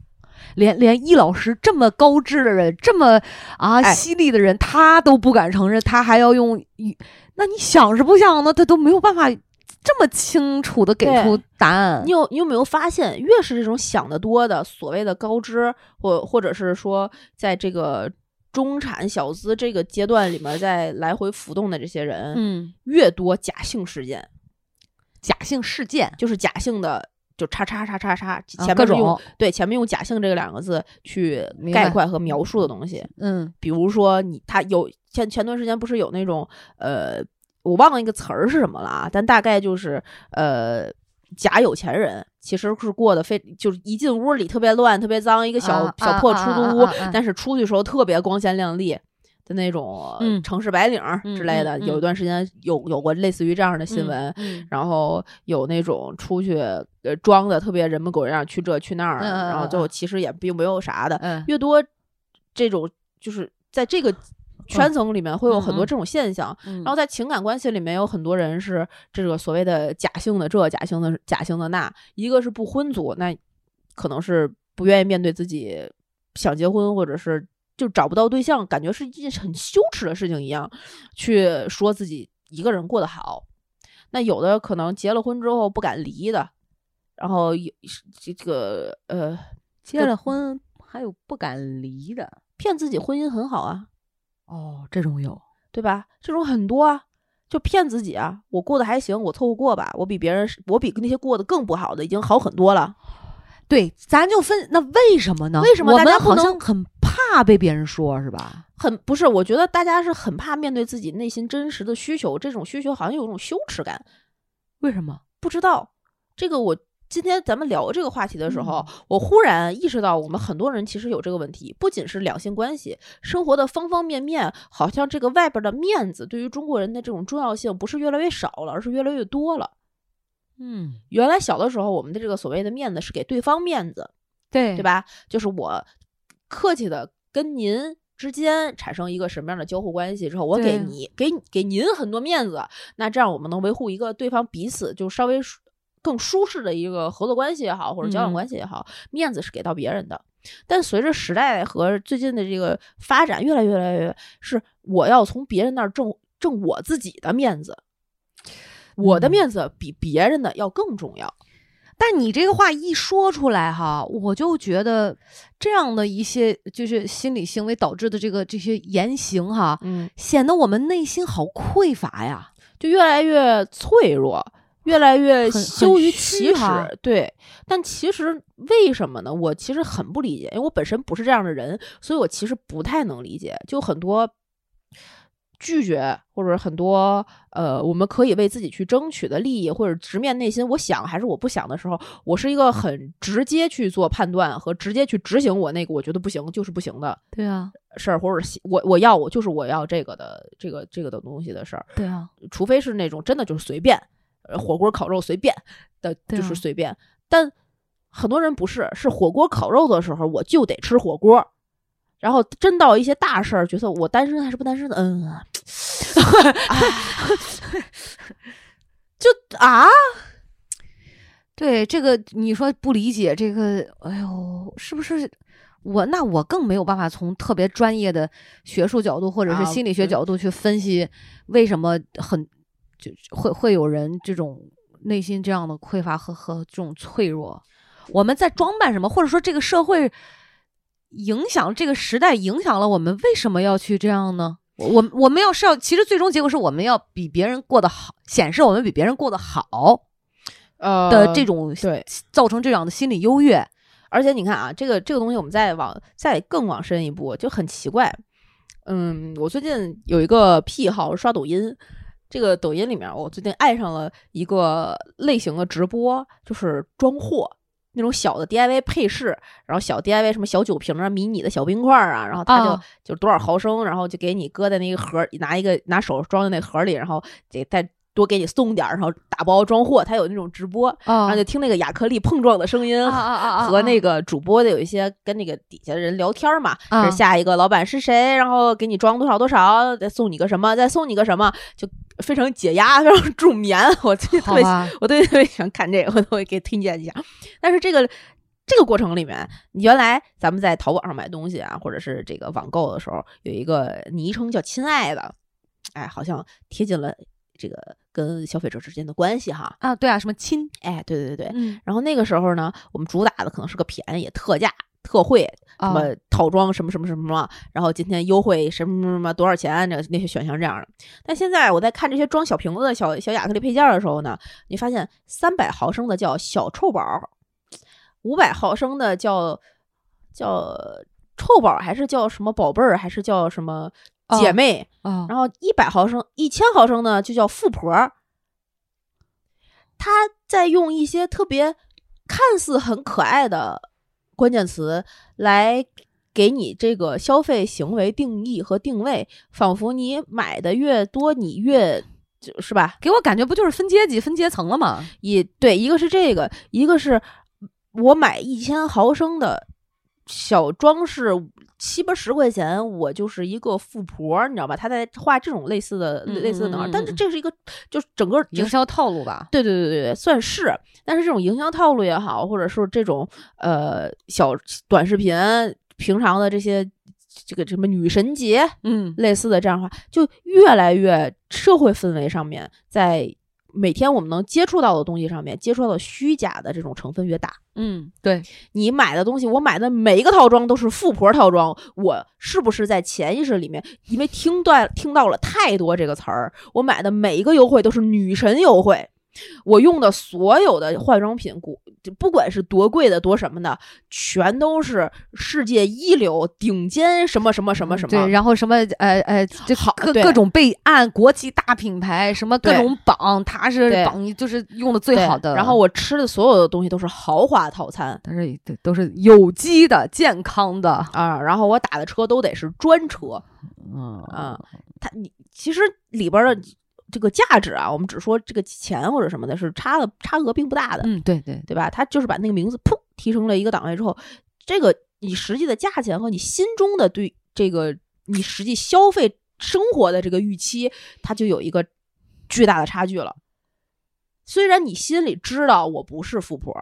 Speaker 6: 连连易老师这么高知的人，这么啊
Speaker 1: 哎
Speaker 6: 犀利的人，他都不敢承认，他还要用语，那你想是不想呢？他都没有办法这么清楚的给
Speaker 1: 对
Speaker 6: 出答案
Speaker 1: 你。有你有没有发现，越是这种想得多的所谓的高知，或或者是说在这个中产小资这个阶段里面在来回浮动的这些人，
Speaker 6: 嗯，
Speaker 1: 越多假性事件，
Speaker 6: 假性事件，
Speaker 1: 就是假性的。就叉叉叉叉叉，
Speaker 6: 啊
Speaker 1: 前
Speaker 6: 各
Speaker 1: 面是用、
Speaker 6: 种
Speaker 1: 对前面用“假性”这两个字去
Speaker 6: 明白
Speaker 1: 概括和描述的东西，
Speaker 6: 嗯
Speaker 1: 比如说你他有前前段时间不是有那种呃，我忘了一个词儿是什么了啊，但大概就是呃。假有钱人其实是过得非就是一进屋里特别乱、特别脏，一个小、
Speaker 6: 啊
Speaker 1: 小破
Speaker 6: 啊
Speaker 1: 出
Speaker 6: 啊
Speaker 1: 租屋，
Speaker 6: 啊啊啊
Speaker 1: 但是出去时候特别光鲜亮丽的那种呃
Speaker 6: 嗯
Speaker 1: 城市白领儿之类的。
Speaker 6: 嗯嗯嗯
Speaker 1: 有一段时间有有过类似于这样的新闻，
Speaker 6: 嗯
Speaker 1: 然后有那种出去呃装的特别人模狗样，去这去那儿，
Speaker 6: 嗯嗯嗯
Speaker 1: 然后最后其实也并没有啥的，
Speaker 6: 嗯
Speaker 1: 越多这种就是在这个圈层里面会有很
Speaker 6: 嗯
Speaker 1: 多
Speaker 6: 嗯
Speaker 1: 这种现象，
Speaker 6: 嗯，
Speaker 1: 然后在情感关系里面有很多人是这个所谓的假性的这假性的假性的那，一个是不婚族，那可能是不愿意面对自己想结婚或者是。就找不到对象，感觉是一件很羞耻的事情一样，去说自己一个人过得好。那有的可能结了婚之后不敢离的，然后有这个呃
Speaker 6: 结了婚还有不敢离的
Speaker 1: 骗自己婚姻很好啊，
Speaker 6: 哦，这种有，
Speaker 1: 对吧？这种很多啊，就骗自己啊，我过得还行，我凑合过吧，我比别人是，我比那些过得更不好的已经好很多了。
Speaker 6: 对，咱就分那为什么呢？
Speaker 1: 为什么
Speaker 6: 我
Speaker 1: 大
Speaker 6: 们
Speaker 1: 家不
Speaker 6: 好
Speaker 1: 能
Speaker 6: 像很怕被别人说，是吧？
Speaker 1: 很不是，我觉得大家是很怕面对自己内心真实的需求，这种需求好像有一种羞耻感，
Speaker 6: 为什么？
Speaker 1: 不知道这个我。今天咱们聊这个话题的时候，我忽然意识到，我们很多人其实有这个问题，不仅是两性关系，生活的方方面面，好像这个外边的面子对于中国人的这种重要性，不是越来越少了，而是越来越多了。
Speaker 6: 嗯，
Speaker 1: 原来小的时候，我们的这个所谓的面子是给对方面子，
Speaker 6: 对
Speaker 1: 对？吧？就是我客气的跟您之间产生一个什么样的交互关系之后，我给
Speaker 6: 对
Speaker 1: 你给给您很多面子，那这样我们能维护一个对方彼此就稍微舒更舒适的一个合作关系也好，或者交往
Speaker 6: 嗯
Speaker 1: 关系也好，面子是给到别人的。但随着时代和最近的这个发展，越来越来越是我要从别人那儿挣挣我自己的面子，我的
Speaker 6: 嗯
Speaker 1: 面子比别人的要更重要。
Speaker 6: 但你这个话一说出来哈，我就觉得这样的一些就是心理行为导致的这个这些言行哈，
Speaker 1: 嗯，
Speaker 6: 显得我们内心好匮乏呀。
Speaker 1: 就越来越脆弱，越来越
Speaker 6: 很
Speaker 1: 羞
Speaker 6: 很
Speaker 1: 于
Speaker 6: 虚
Speaker 1: 启
Speaker 6: 哈
Speaker 1: 齿。对，但其实为什么呢？我其实很不理解，因为我本身不是这样的人，所以我其实不太能理解。就很多拒绝，或者很多呃，我们可以为自己去争取的利益，或者直面内心我想还是我不想的时候，我是一个很直接去做判断和直接去执行我那个我觉得不行就是不行的
Speaker 6: 对啊，
Speaker 1: 事儿，或者是我我要我就是我要这个的这个这个的东西的事儿。
Speaker 6: 对啊，
Speaker 1: 除非是那种真的就是随便，呃火锅烤肉随便的，
Speaker 6: 对
Speaker 1: 就
Speaker 6: 啊
Speaker 1: 是随便。但很多人不是，是火锅烤肉的时候我就得吃火锅，然后真到一些大事儿，觉得我单身还是不单身的，嗯，就啊，
Speaker 6: 对这个你说不理解这个，哎呦，是不是？我那我更没有办法从特别专业的学术角度或者是
Speaker 1: 啊
Speaker 6: 心理学
Speaker 1: 对
Speaker 6: 角度去分析为什么很就会会有人这种内心这样的匮乏和和这种脆弱。我们在装扮什么，或者说这个社会影响这个时代影响了我们，为什么要去这样呢？我我我们要是要，其实最终结果是我们要比别人过得好，显示我们比别人过得好。
Speaker 1: 呃
Speaker 6: 的这种
Speaker 1: 对
Speaker 6: 造成这样的心理优越。
Speaker 1: 而且你看啊，这个这个东西我们再往再更往深一步，就很奇怪。嗯，我最近有一个癖好刷抖音，这个抖音里面我最近爱上了一个类型的直播，就是装货。那种小的 DIY 配饰，然后小 DIY 什么小酒瓶啊、迷你的小冰块啊，然后他就、
Speaker 6: 啊
Speaker 1: 就多少毫升，然后就给你搁在那个盒儿，拿一个拿手装在那盒里，然后得再多给你送点儿，然后打包装货。他有那种直播，
Speaker 6: 啊
Speaker 1: 然后就听那个亚克力碰撞的声音，
Speaker 6: 啊啊啊啊
Speaker 1: 和那
Speaker 6: 个
Speaker 1: 个主播的有一些跟那个底下的人聊天嘛，
Speaker 6: 啊
Speaker 1: 是下一个老板是谁，然后给你装多少多少，再送你个什么，再送你个什么，就非常解压，非常助眠。我最近特
Speaker 6: 好
Speaker 1: 别，
Speaker 6: 吧，
Speaker 1: 我最近特别喜欢看这个，我都会给推荐一下。但是这个这个过程里面，你原来咱们在淘宝上买东西啊，或者是这个网购的时候，有一个昵称叫“亲爱的”，哎，好像贴近了这个跟消费者之间的关系哈。
Speaker 6: 啊，对啊，什么亲，
Speaker 1: 哎，对对对对。
Speaker 6: 嗯，
Speaker 1: 然后那个时候呢，我们主打的可能是个便宜、特价、特惠，什
Speaker 6: 啊
Speaker 1: 么套装什么什么什么什么，然后今天优惠什么什么什么多少钱，那那些选项这样的。但现在我在看这些装小瓶子的小小亚克力配件儿的时候呢，你发现三百毫升的叫小臭宝儿，五百毫升的叫叫臭宝儿，还是叫什么宝贝儿，还是叫什么姐
Speaker 6: 哦
Speaker 1: 妹？
Speaker 6: 啊，
Speaker 1: 然后一百毫升、一千毫升呢，就叫富婆儿。他在用一些特别看似很可爱的关键词来给你这个消费行为定义和定位，仿佛你买的越多，你越就是吧，
Speaker 6: 给我感觉不就是分阶级、分阶层了吗？
Speaker 1: 也对，一个是这个，一个是我买一千毫升的小装饰，七八十块钱，我就是一个富婆儿，你知道吧？他在画这种类似的、类似的能
Speaker 6: 嗯嗯嗯
Speaker 1: 儿，
Speaker 6: 嗯
Speaker 1: 但是
Speaker 6: 嗯
Speaker 1: 这是一个，就是整个
Speaker 6: 营销套路吧，
Speaker 1: 对对对对对，算是。但是这种营销套路也好，或者说这种呃小短视频平常的这些这个什么女神节，
Speaker 6: 嗯，
Speaker 1: 类似的这样的话，就越来越社会氛围上面，在每天我们能接触到的东西上面，接触到的虚假的这种成分越大。
Speaker 6: 嗯，对，
Speaker 1: 你买的东西，我买的每一个套装都是富婆套装，我是不是在潜意识里面，因为听断听到了太多这个词儿，我买的每一个优惠都是女神优惠。我用的所有的化妆品股，就不管是多贵的多什么的，全都是世界一流、顶尖什么什么什么什么。
Speaker 6: 嗯对，然后什么呃 呃，这
Speaker 1: 好
Speaker 6: 各
Speaker 1: 对
Speaker 6: 各种备案，国际大品牌，什么各
Speaker 1: 对
Speaker 6: 种榜，它是
Speaker 1: 对
Speaker 6: 榜，就是用的最
Speaker 1: 对
Speaker 6: 好的。
Speaker 1: 然后我吃的所有的东西都是豪华套餐
Speaker 6: 但是对都是有机的、健康的，
Speaker 1: 啊，然后我打的车都得是专车
Speaker 6: 嗯
Speaker 1: 啊。它你其实里边的这个价值啊，我们只说这个钱或者什么的，是差的差额并不大的，
Speaker 6: 嗯，对对，
Speaker 1: 对吧？它就是把那个名字噗提升了一个档位之后，这个你实际的价钱和你心中的对这个你实际消费生活的这个预期，它就有一个巨大的差距了。虽然你心里知道我不是富婆，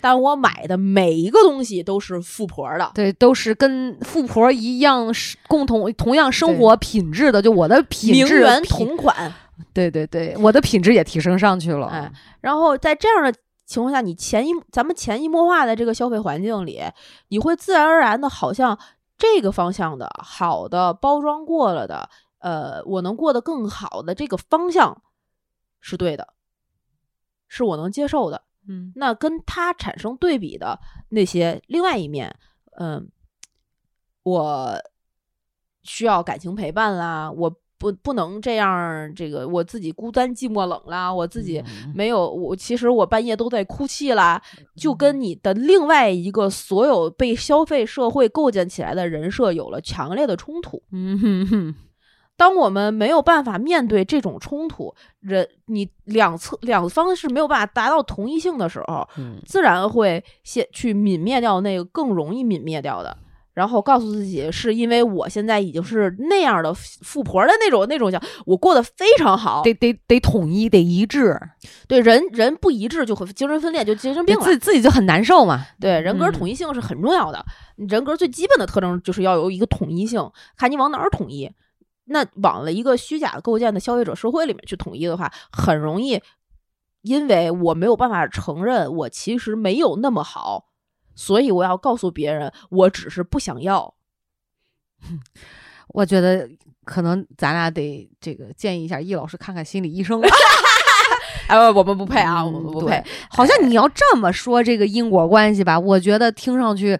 Speaker 1: 但我买的每一个东西都是富婆的。
Speaker 6: 对，都是跟富婆一样，是共同同样生
Speaker 1: 对
Speaker 6: 活品质的，就我的品
Speaker 1: 名
Speaker 6: 质
Speaker 1: 媛
Speaker 6: 品
Speaker 1: 同款，
Speaker 6: 对对对，我的品质也提升上去了。
Speaker 1: 哎，然后在这样的情况下，你潜移咱们潜移默化的这个消费环境里，你会自然而然的，好像这个方向的好的包装过了的，呃，我能过得更好的这个方向是对的，是我能接受的。
Speaker 6: 嗯，
Speaker 1: 那跟它产生对比的那些另外一面，嗯，我需要感情陪伴啦，我不不能这样儿，这个我自己孤单寂寞冷啦，我自己
Speaker 6: 嗯
Speaker 1: 没有我，其实我半夜都在哭泣啦，就跟你的另外一个所有被消费社会构建起来的人设有了强烈的冲突。
Speaker 6: 嗯哼哼，
Speaker 1: 当我们没有办法面对这种冲突，人你两侧两方是没有办法达到同一性的时候，
Speaker 6: 嗯
Speaker 1: 自然会先去泯灭掉那个更容易泯灭掉的，然后告诉自己是因为我现在已经是那样的富婆的那种那种叫我过得非常好，
Speaker 6: 得得得统一，得一致，
Speaker 1: 对人人不一致就会精神分裂，就精神病了
Speaker 6: 自。自己就很难受嘛。
Speaker 1: 对人格
Speaker 6: 嗯
Speaker 1: 统一性是很重要的，人格最基本的特征就是要有一个统一性，看你往哪儿统一。那往了一个虚假构建的消费者社会里面去统一的话，很容易，因为我没有办法承认我其实没有那么好，所以我要告诉别人，我只是不想要。
Speaker 6: 我觉得可能咱俩得这个建议一下易老师，看看心理医 生。
Speaker 1: 哎，我们不配啊，我们
Speaker 6: 嗯
Speaker 1: 不
Speaker 6: 对
Speaker 1: 配。
Speaker 6: 好像你要这么说这个因果关系吧，我觉得听上去，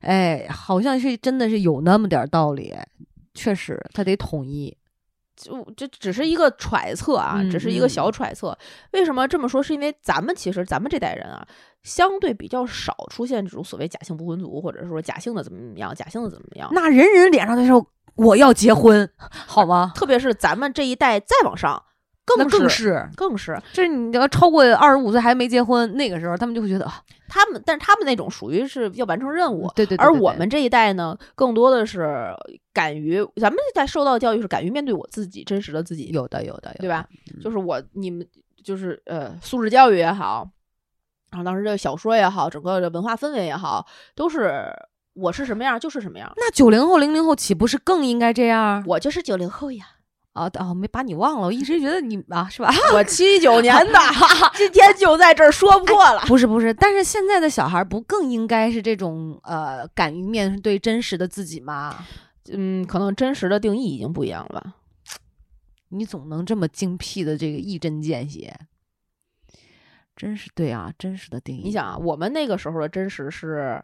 Speaker 6: 哎，好像是真的是有那么点儿道理。确实，他得统一。
Speaker 1: 就这只是一个揣测啊，
Speaker 6: 嗯
Speaker 1: 只是一个
Speaker 6: 嗯
Speaker 1: 小揣测。为什么这么说？是因为咱们其实咱们这代人啊，相对比较少出现这种所谓假性不婚族，或者说假性的怎么怎么样，假性的怎么怎么样。
Speaker 6: 那人人脸上都是我要结婚，好吗？
Speaker 1: 特别是咱们这一代再往上，
Speaker 6: 那
Speaker 1: 更
Speaker 6: 更
Speaker 1: 是
Speaker 6: 是，
Speaker 1: 更是
Speaker 6: 就是你要超过二十五岁还没结婚，那个时候他们就会觉得啊，
Speaker 1: 他们，但是他们那种属于是要完成任务。
Speaker 6: 对对对
Speaker 1: 而
Speaker 6: 对
Speaker 1: 我
Speaker 6: 对
Speaker 1: 们这一代呢，更多的是敢于咱们这代受到教育是敢于面对我自己真实的自己，
Speaker 6: 有的有的有的，嗯
Speaker 1: 对吧？就是我你们就是呃素质教育也好，然后当时这个小说也好，整个的文化氛围也好，都是我是什么样就是什么样。
Speaker 6: 那九零后、零零后岂不是更应该这样？
Speaker 1: 我就是九零后呀，
Speaker 6: 啊哦，没把你忘了，我一直觉得你啊，是吧？
Speaker 1: 我七九年的，今天就在这儿说破了。
Speaker 6: 不是不是，但是现在的小孩儿不更应该是这种呃，敢于面对真实的自己吗？
Speaker 1: 嗯，可能真实的定义已经不一样了。
Speaker 6: 你总能这么精辟的这个一针见血，真是对啊，真实的定义，
Speaker 1: 你想啊，我们那个时候的真实是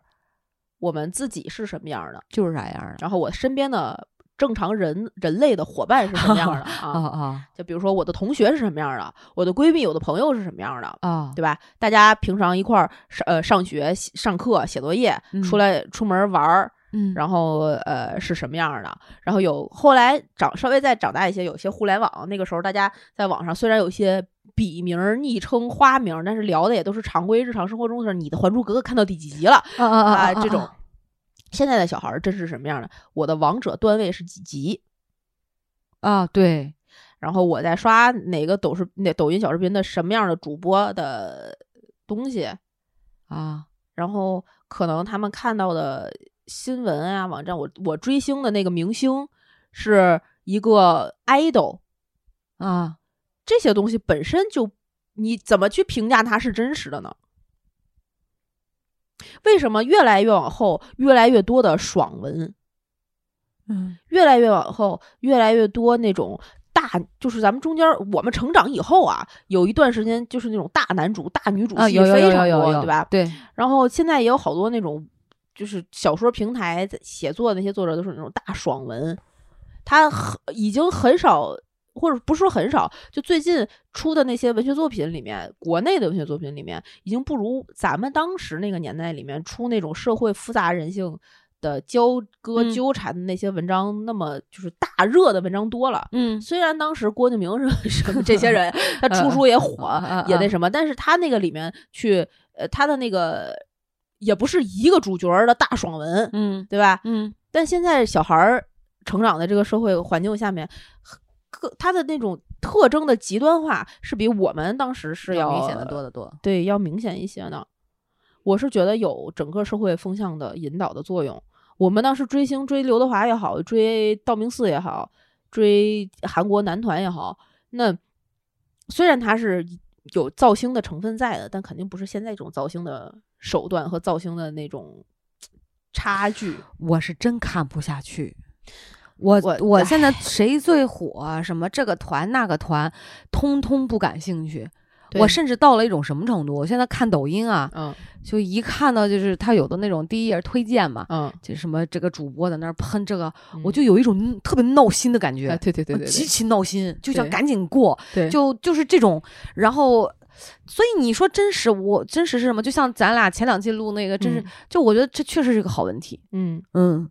Speaker 1: 我们自己是什么样的，
Speaker 6: 就是啥样儿的
Speaker 1: 然后我身边的正常人人类的伙伴是什么样的
Speaker 6: 啊
Speaker 1: 啊？
Speaker 6: 啊
Speaker 1: 就比如说我的同学是什么样的，我的闺蜜、我的朋友是什么样的，
Speaker 6: 啊！
Speaker 1: 对吧？大家平常一块儿上呃上学、写上课、写作业
Speaker 6: 嗯，
Speaker 1: 出来出门玩儿，
Speaker 6: 嗯，
Speaker 1: 然后呃是什么样的？然后有后来长稍微再长大一些，有些互联网那个时候，大家在网上虽然有一些笔名儿、昵称、花名儿，但是聊的也都是常规日常生活中的事儿。你的《还珠格格》看到第几集了
Speaker 6: 啊啊
Speaker 1: 啊？
Speaker 6: 啊
Speaker 1: 这种。现在的小孩儿真是什么样的？我的王者段位是几级？
Speaker 6: 啊，对，
Speaker 1: 然后我在刷哪个抖视那抖音小视频的什么样的主播的东西？
Speaker 6: 啊，
Speaker 1: 然后可能他们看到的新闻啊，网站，我我追星的那个明星是一个 idol，
Speaker 6: 啊，
Speaker 1: 这些东西本身就你怎么去评价它是真实的呢？为什么越来越往后，越来越多的爽文，
Speaker 6: 嗯
Speaker 1: 越来越往后，越来越多那种大，就是咱们中间儿我们成长以后啊，有一段时间就是那种大男主、大女主
Speaker 6: 啊，
Speaker 1: 戏
Speaker 6: 有有有
Speaker 1: 非常
Speaker 6: 有有
Speaker 1: 多，
Speaker 6: 有，
Speaker 1: 对吧？
Speaker 6: 对，
Speaker 1: 然后现在也有好多那种，就是小说平台在写作的那些作者都是那种大爽文，他很已经很少，或者不是说很少，就最近出的那些文学作品里面，国内的文学作品里面，已经不如咱们当时那个年代里面出那种社会复杂人性的交割
Speaker 6: 嗯
Speaker 1: 纠缠的那些文章那么就是大热的文章多了。
Speaker 6: 嗯
Speaker 1: 虽然当时郭敬明是 什么这些人，他出书也火，
Speaker 6: 啊啊
Speaker 1: 也
Speaker 6: 啊
Speaker 1: 那什么，但是他那个里面去，呃，他的那个也不是一个主角儿的大爽文，
Speaker 6: 嗯
Speaker 1: 对吧？
Speaker 6: 嗯
Speaker 1: 但现在小孩儿成长在这个社会环境下面，各他的那种特征的极端化是比我们当时是要
Speaker 6: 要明显的多得多。
Speaker 1: 对，要明显一些呢。我是觉得有整个社会风向的引导的作用。我们当时追星，追刘德华也好，追道明寺也好，追韩国男团也好，那虽然它是有造星的成分在的，但肯定不是现在这种造星的手段和造星的那种差距。
Speaker 6: 我是真看不下去。我
Speaker 1: 我
Speaker 6: 我现在谁最火，什么这个团那个团，通通不感兴趣。
Speaker 1: 对
Speaker 6: 我甚至到了一种什么程度？我现在看抖音啊，
Speaker 1: 嗯
Speaker 6: 就一看到就是他有的那种第一页是推荐嘛，
Speaker 1: 嗯，
Speaker 6: 就什么这个主播在那儿喷这个，我
Speaker 1: 嗯
Speaker 6: 就有一种特别闹心的感觉，
Speaker 1: 啊对对对对
Speaker 6: 极
Speaker 1: 对
Speaker 6: 其闹心，就想
Speaker 1: 对
Speaker 6: 赶紧过，
Speaker 1: 对，
Speaker 6: 就就是这种，然后。所以你说真实，我真实是什么？就像咱俩前两期录那个，真是、
Speaker 1: 嗯
Speaker 6: 就我觉得这确实是个好问题。
Speaker 1: 嗯
Speaker 6: 嗯，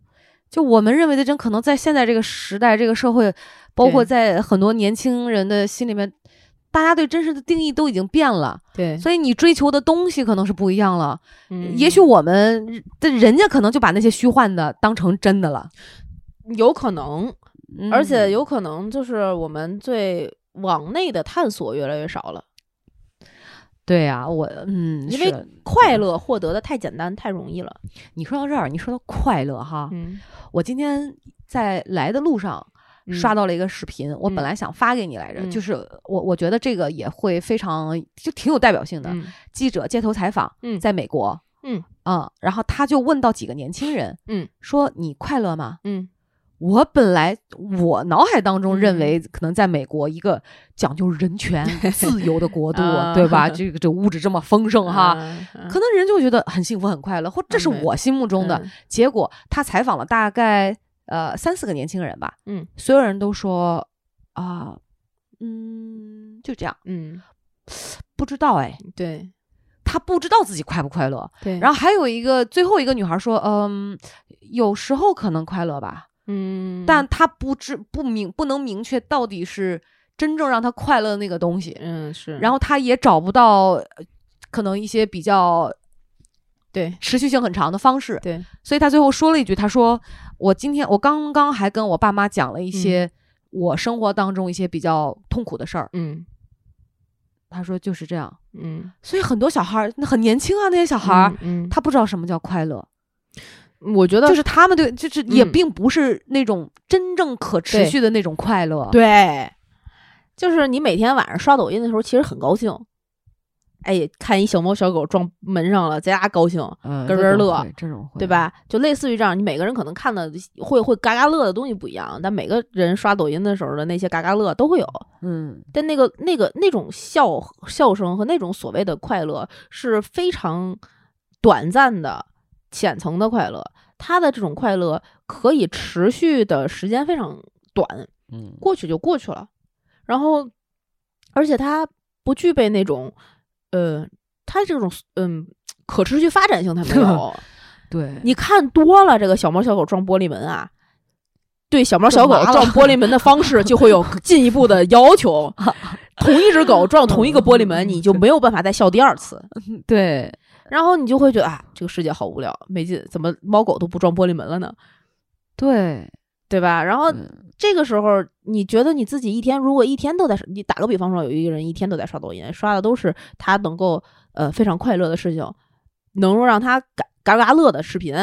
Speaker 6: 就我们认为的真，可能在现在这个时代、这个社会，包括
Speaker 1: 对
Speaker 6: 在很多年轻人的心里面，大家对真实的定义都已经变了，
Speaker 1: 对，
Speaker 6: 所以你追求的东西可能是不一样了。
Speaker 1: 嗯
Speaker 6: 也许我们但人家可能就把那些虚幻的当成真的了，
Speaker 1: 有可能，
Speaker 6: 嗯
Speaker 1: 而且有可能就是我们最往内的探索越来越少了，
Speaker 6: 对呀、我嗯，
Speaker 1: 因为
Speaker 6: 是
Speaker 1: 快乐获得的太简单、太容易了。
Speaker 6: 你说到这儿，你说到快乐哈，
Speaker 1: 嗯，
Speaker 6: 我今天在来的路上。刷
Speaker 1: 到
Speaker 6: 到了一个视频，我本
Speaker 1: 嗯
Speaker 6: 来想发给你来着，
Speaker 1: 嗯
Speaker 6: 就是我我觉得这个也会非常就挺有代表性的，
Speaker 1: 嗯
Speaker 6: 记者街头采访，
Speaker 1: 嗯
Speaker 6: 在美国，
Speaker 1: 嗯
Speaker 6: 啊然后他就问到几个年轻人，
Speaker 1: 嗯，
Speaker 6: 说你快乐吗？
Speaker 1: 嗯
Speaker 6: 我本来我脑海当中认
Speaker 1: 嗯
Speaker 6: 为，可能在美国一个讲究 人权、自由的国度，
Speaker 1: 啊
Speaker 6: 对吧？这个这物质这么丰盛哈，
Speaker 1: 啊
Speaker 6: 可能人就觉得很幸福、很快乐，或这是
Speaker 1: 嗯对
Speaker 6: 我心目中的。
Speaker 1: 嗯
Speaker 6: 结果他采访了大概呃三四个年轻人吧，
Speaker 1: 嗯，
Speaker 6: 所有人都说啊、嗯，就这样，
Speaker 1: 嗯，
Speaker 6: 不知道哎，
Speaker 1: 对
Speaker 6: 他不知道自己快不快乐，
Speaker 1: 嗯对，
Speaker 6: 然
Speaker 1: 后
Speaker 6: 后还有一个最后一个女孩说，嗯，有时候可能快乐吧，
Speaker 1: 嗯，
Speaker 6: 但她不知不明不能明确到底是真正让她快乐的那个东西，
Speaker 1: 嗯是，
Speaker 6: 然
Speaker 1: 后
Speaker 6: 后她也找不到呃可能一些比较
Speaker 1: 对
Speaker 6: 持续性很长的方式，
Speaker 1: 对
Speaker 6: 所以她最后说了一句，她说我今天我刚刚还跟我爸妈
Speaker 1: 嗯
Speaker 6: 讲了一些我生活当中一些比较痛苦的事儿，
Speaker 1: 嗯
Speaker 6: 他说就是这样，
Speaker 1: 嗯，
Speaker 6: 所以很多小孩儿那很年轻啊，那些小孩儿、
Speaker 1: 嗯，嗯，
Speaker 6: 他不知道什么叫快乐，
Speaker 1: 我觉得
Speaker 6: 就是他们对，就是也
Speaker 1: 嗯
Speaker 6: 并不是那种真正可持
Speaker 1: 对
Speaker 6: 续的那种快乐。，
Speaker 1: 对，就是你每天晚上刷抖音的时候，其实很高兴。哎，看一小猫小狗撞门上了，贼拉高兴，
Speaker 6: 嗯，
Speaker 1: 咯
Speaker 6: 这
Speaker 1: 咯
Speaker 6: 种
Speaker 1: 乐
Speaker 6: 会，这种会
Speaker 1: 对？吧？就类似于这样，你每个人可能看的会会嘎嘎乐的东西不一样，但每个人刷抖音的时候的那些嘎嘎乐都会有。
Speaker 6: 嗯，
Speaker 1: 但那个那个那种笑笑声和那种所谓的快乐是非常短暂的、浅层的快乐，他的这种快乐可以持续的时间非常短，
Speaker 6: 嗯
Speaker 1: 过去就过去了。然后，而且它不具备那种，呃，它这种嗯可持续发展性，它没 有。
Speaker 6: 对，
Speaker 1: 你看多了这个小猫小狗撞玻璃门啊，对小猫小狗
Speaker 6: 就麻了
Speaker 1: 撞玻璃门的方式就会有进一步的要 求。同一只狗撞同一个玻璃门，你就
Speaker 6: 嗯
Speaker 1: 没有办法再笑第二次，
Speaker 6: 对，
Speaker 1: 然后你就会觉得啊，这个世界好无聊，没劲，怎么猫狗都不撞玻璃门了呢？
Speaker 6: 对，
Speaker 1: 对吧？然后
Speaker 6: 嗯
Speaker 1: 这个时候，你觉得你自己一天如果一天都在，你打个比方说，有一个人一天都在刷抖音，刷的都是他能够呃非常快乐的事情，能够让他嘎嘎嘎乐的视频。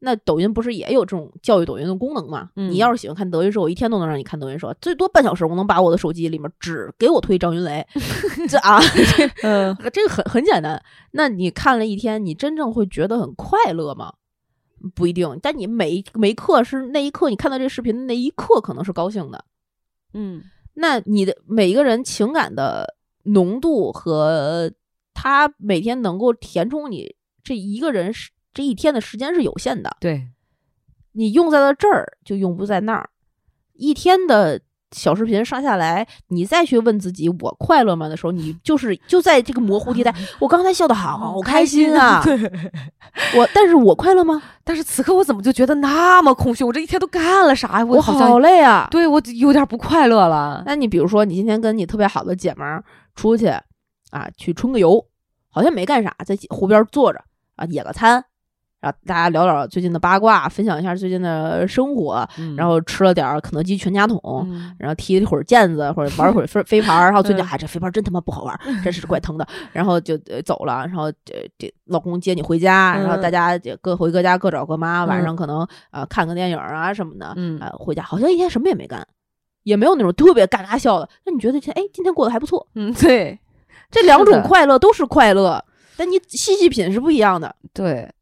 Speaker 1: 那抖音不是也有这种教育抖音的功能吗？
Speaker 6: 嗯
Speaker 1: 你要是喜欢看德云社，我一天都能让你看德云社，最多半小时，我能把我的手机里面只给我推张云雷，这啊，这
Speaker 6: 嗯，
Speaker 1: 这个很很简单。那你看了一天，你真正会觉得很快乐吗？不一定。但你每一每一刻是那一刻，你看到这个视频的那一刻，可能是高兴的。
Speaker 6: 嗯，
Speaker 1: 那你的每一个人情感的浓度和他每天能够填充你这一个人是这一天的时间是有限的，
Speaker 6: 对，
Speaker 1: 你用在了这儿就用不在那儿。一天的小视频刷下来，你再去问自己“我快乐吗”的时候，你就是就在这个模糊地带。我刚才笑的嗯好开心 啊！
Speaker 6: 对，
Speaker 1: 我但是我快乐吗？
Speaker 6: 但是此刻我怎么就觉得那么空虚？我这一天都干了啥呀？
Speaker 1: 我
Speaker 6: 好哎像
Speaker 1: 好累啊！
Speaker 6: 对我有点不快乐了。
Speaker 1: 那你比如说，你今天跟你特别好的姐们儿出去啊，去冲个油，好像没干啥，在湖边坐着啊，野个餐，然后大家聊聊最近的八卦，分享一下最近的生活，然
Speaker 6: 后，
Speaker 1: 后吃了点儿肯德基全家桶。
Speaker 6: 嗯
Speaker 1: 然后踢一会儿毽子，或者玩一会儿 飞飞盘儿，然后最近
Speaker 6: 嗯
Speaker 1: 哎，这飞盘儿真他妈不好玩儿，真是怪 疼的。然后就呃走了，然后这这老公接你回家，然后
Speaker 6: 嗯
Speaker 1: 大家就各回各家，各找各妈。晚
Speaker 6: 嗯
Speaker 1: 上可能呃看个电影啊什么的，
Speaker 6: 嗯
Speaker 1: 呃回家好像一天什么也没干，也没有那种特别嘎嘎笑的。那你觉得今天哎今天过得还不错？
Speaker 6: 嗯，对
Speaker 1: 这两
Speaker 6: 是
Speaker 1: 种
Speaker 6: 的
Speaker 1: 快乐都是快乐，但你细细品是不一样的。
Speaker 6: 对，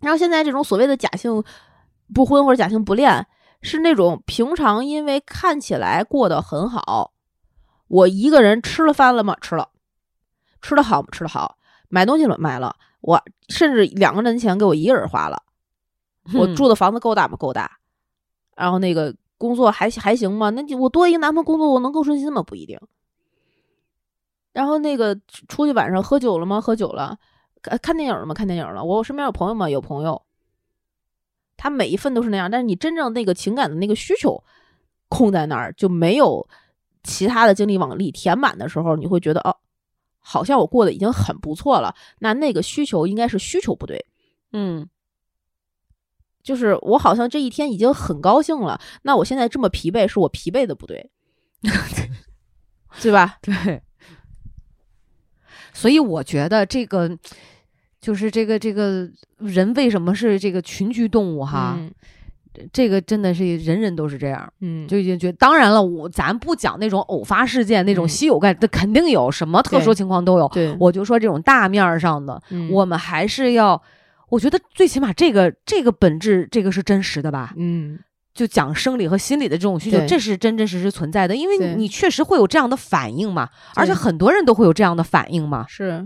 Speaker 1: 然后现在这种所谓的假性不婚或者假性不恋，是那种平常因为看起来过得很好，我一个人吃了饭了吗？吃了，吃的好吗？吃的好，买东西了买了，我甚至两个人的钱给我一个人花了， 我
Speaker 6: 嗯
Speaker 1: 住的房子够大吗？够大，然后那个工作还还行吗？那就我多一个男朋友工作，我能更顺心吗？不一定。然后那个出出去晚上喝酒了吗？喝酒了。看看电影了吗？看电影了。我身边有朋友吗？有朋友。他每一份都是那样，但是你真正那个情感的那个需求空在那儿，就没有其他的精力往里填满的时候，你会觉得哦，好像我过得已经很不错了。那那个需求应该是需求不对，
Speaker 6: 嗯
Speaker 1: 就是我好像这一天已经很高兴了，那我现在这么疲惫，是我疲惫的不 对，对吧？
Speaker 6: 对。所以我觉得这个就是这个这个人为什么是这个群居动物哈？
Speaker 1: 嗯
Speaker 6: 这个真的是人人都是这样，
Speaker 1: 嗯，
Speaker 6: 就已经觉得。当然了，我咱不讲那种偶发事件，那
Speaker 1: 嗯
Speaker 6: 种稀有概率，这肯定有什么特殊
Speaker 1: 对
Speaker 6: 情况都有。
Speaker 1: 对，
Speaker 6: 我就说这种大面儿上的，
Speaker 1: 嗯
Speaker 6: 我们还是要，我觉得最起码这个这个本质这个是真实的吧？
Speaker 1: 嗯
Speaker 6: 就讲生理和心理的这种需求
Speaker 1: 对，
Speaker 6: 这是真真实实存在的，因为
Speaker 1: 对
Speaker 6: 你你确实会有这样的反应嘛，而且
Speaker 1: 对
Speaker 6: 很多人都会有这样的反应嘛，
Speaker 1: 是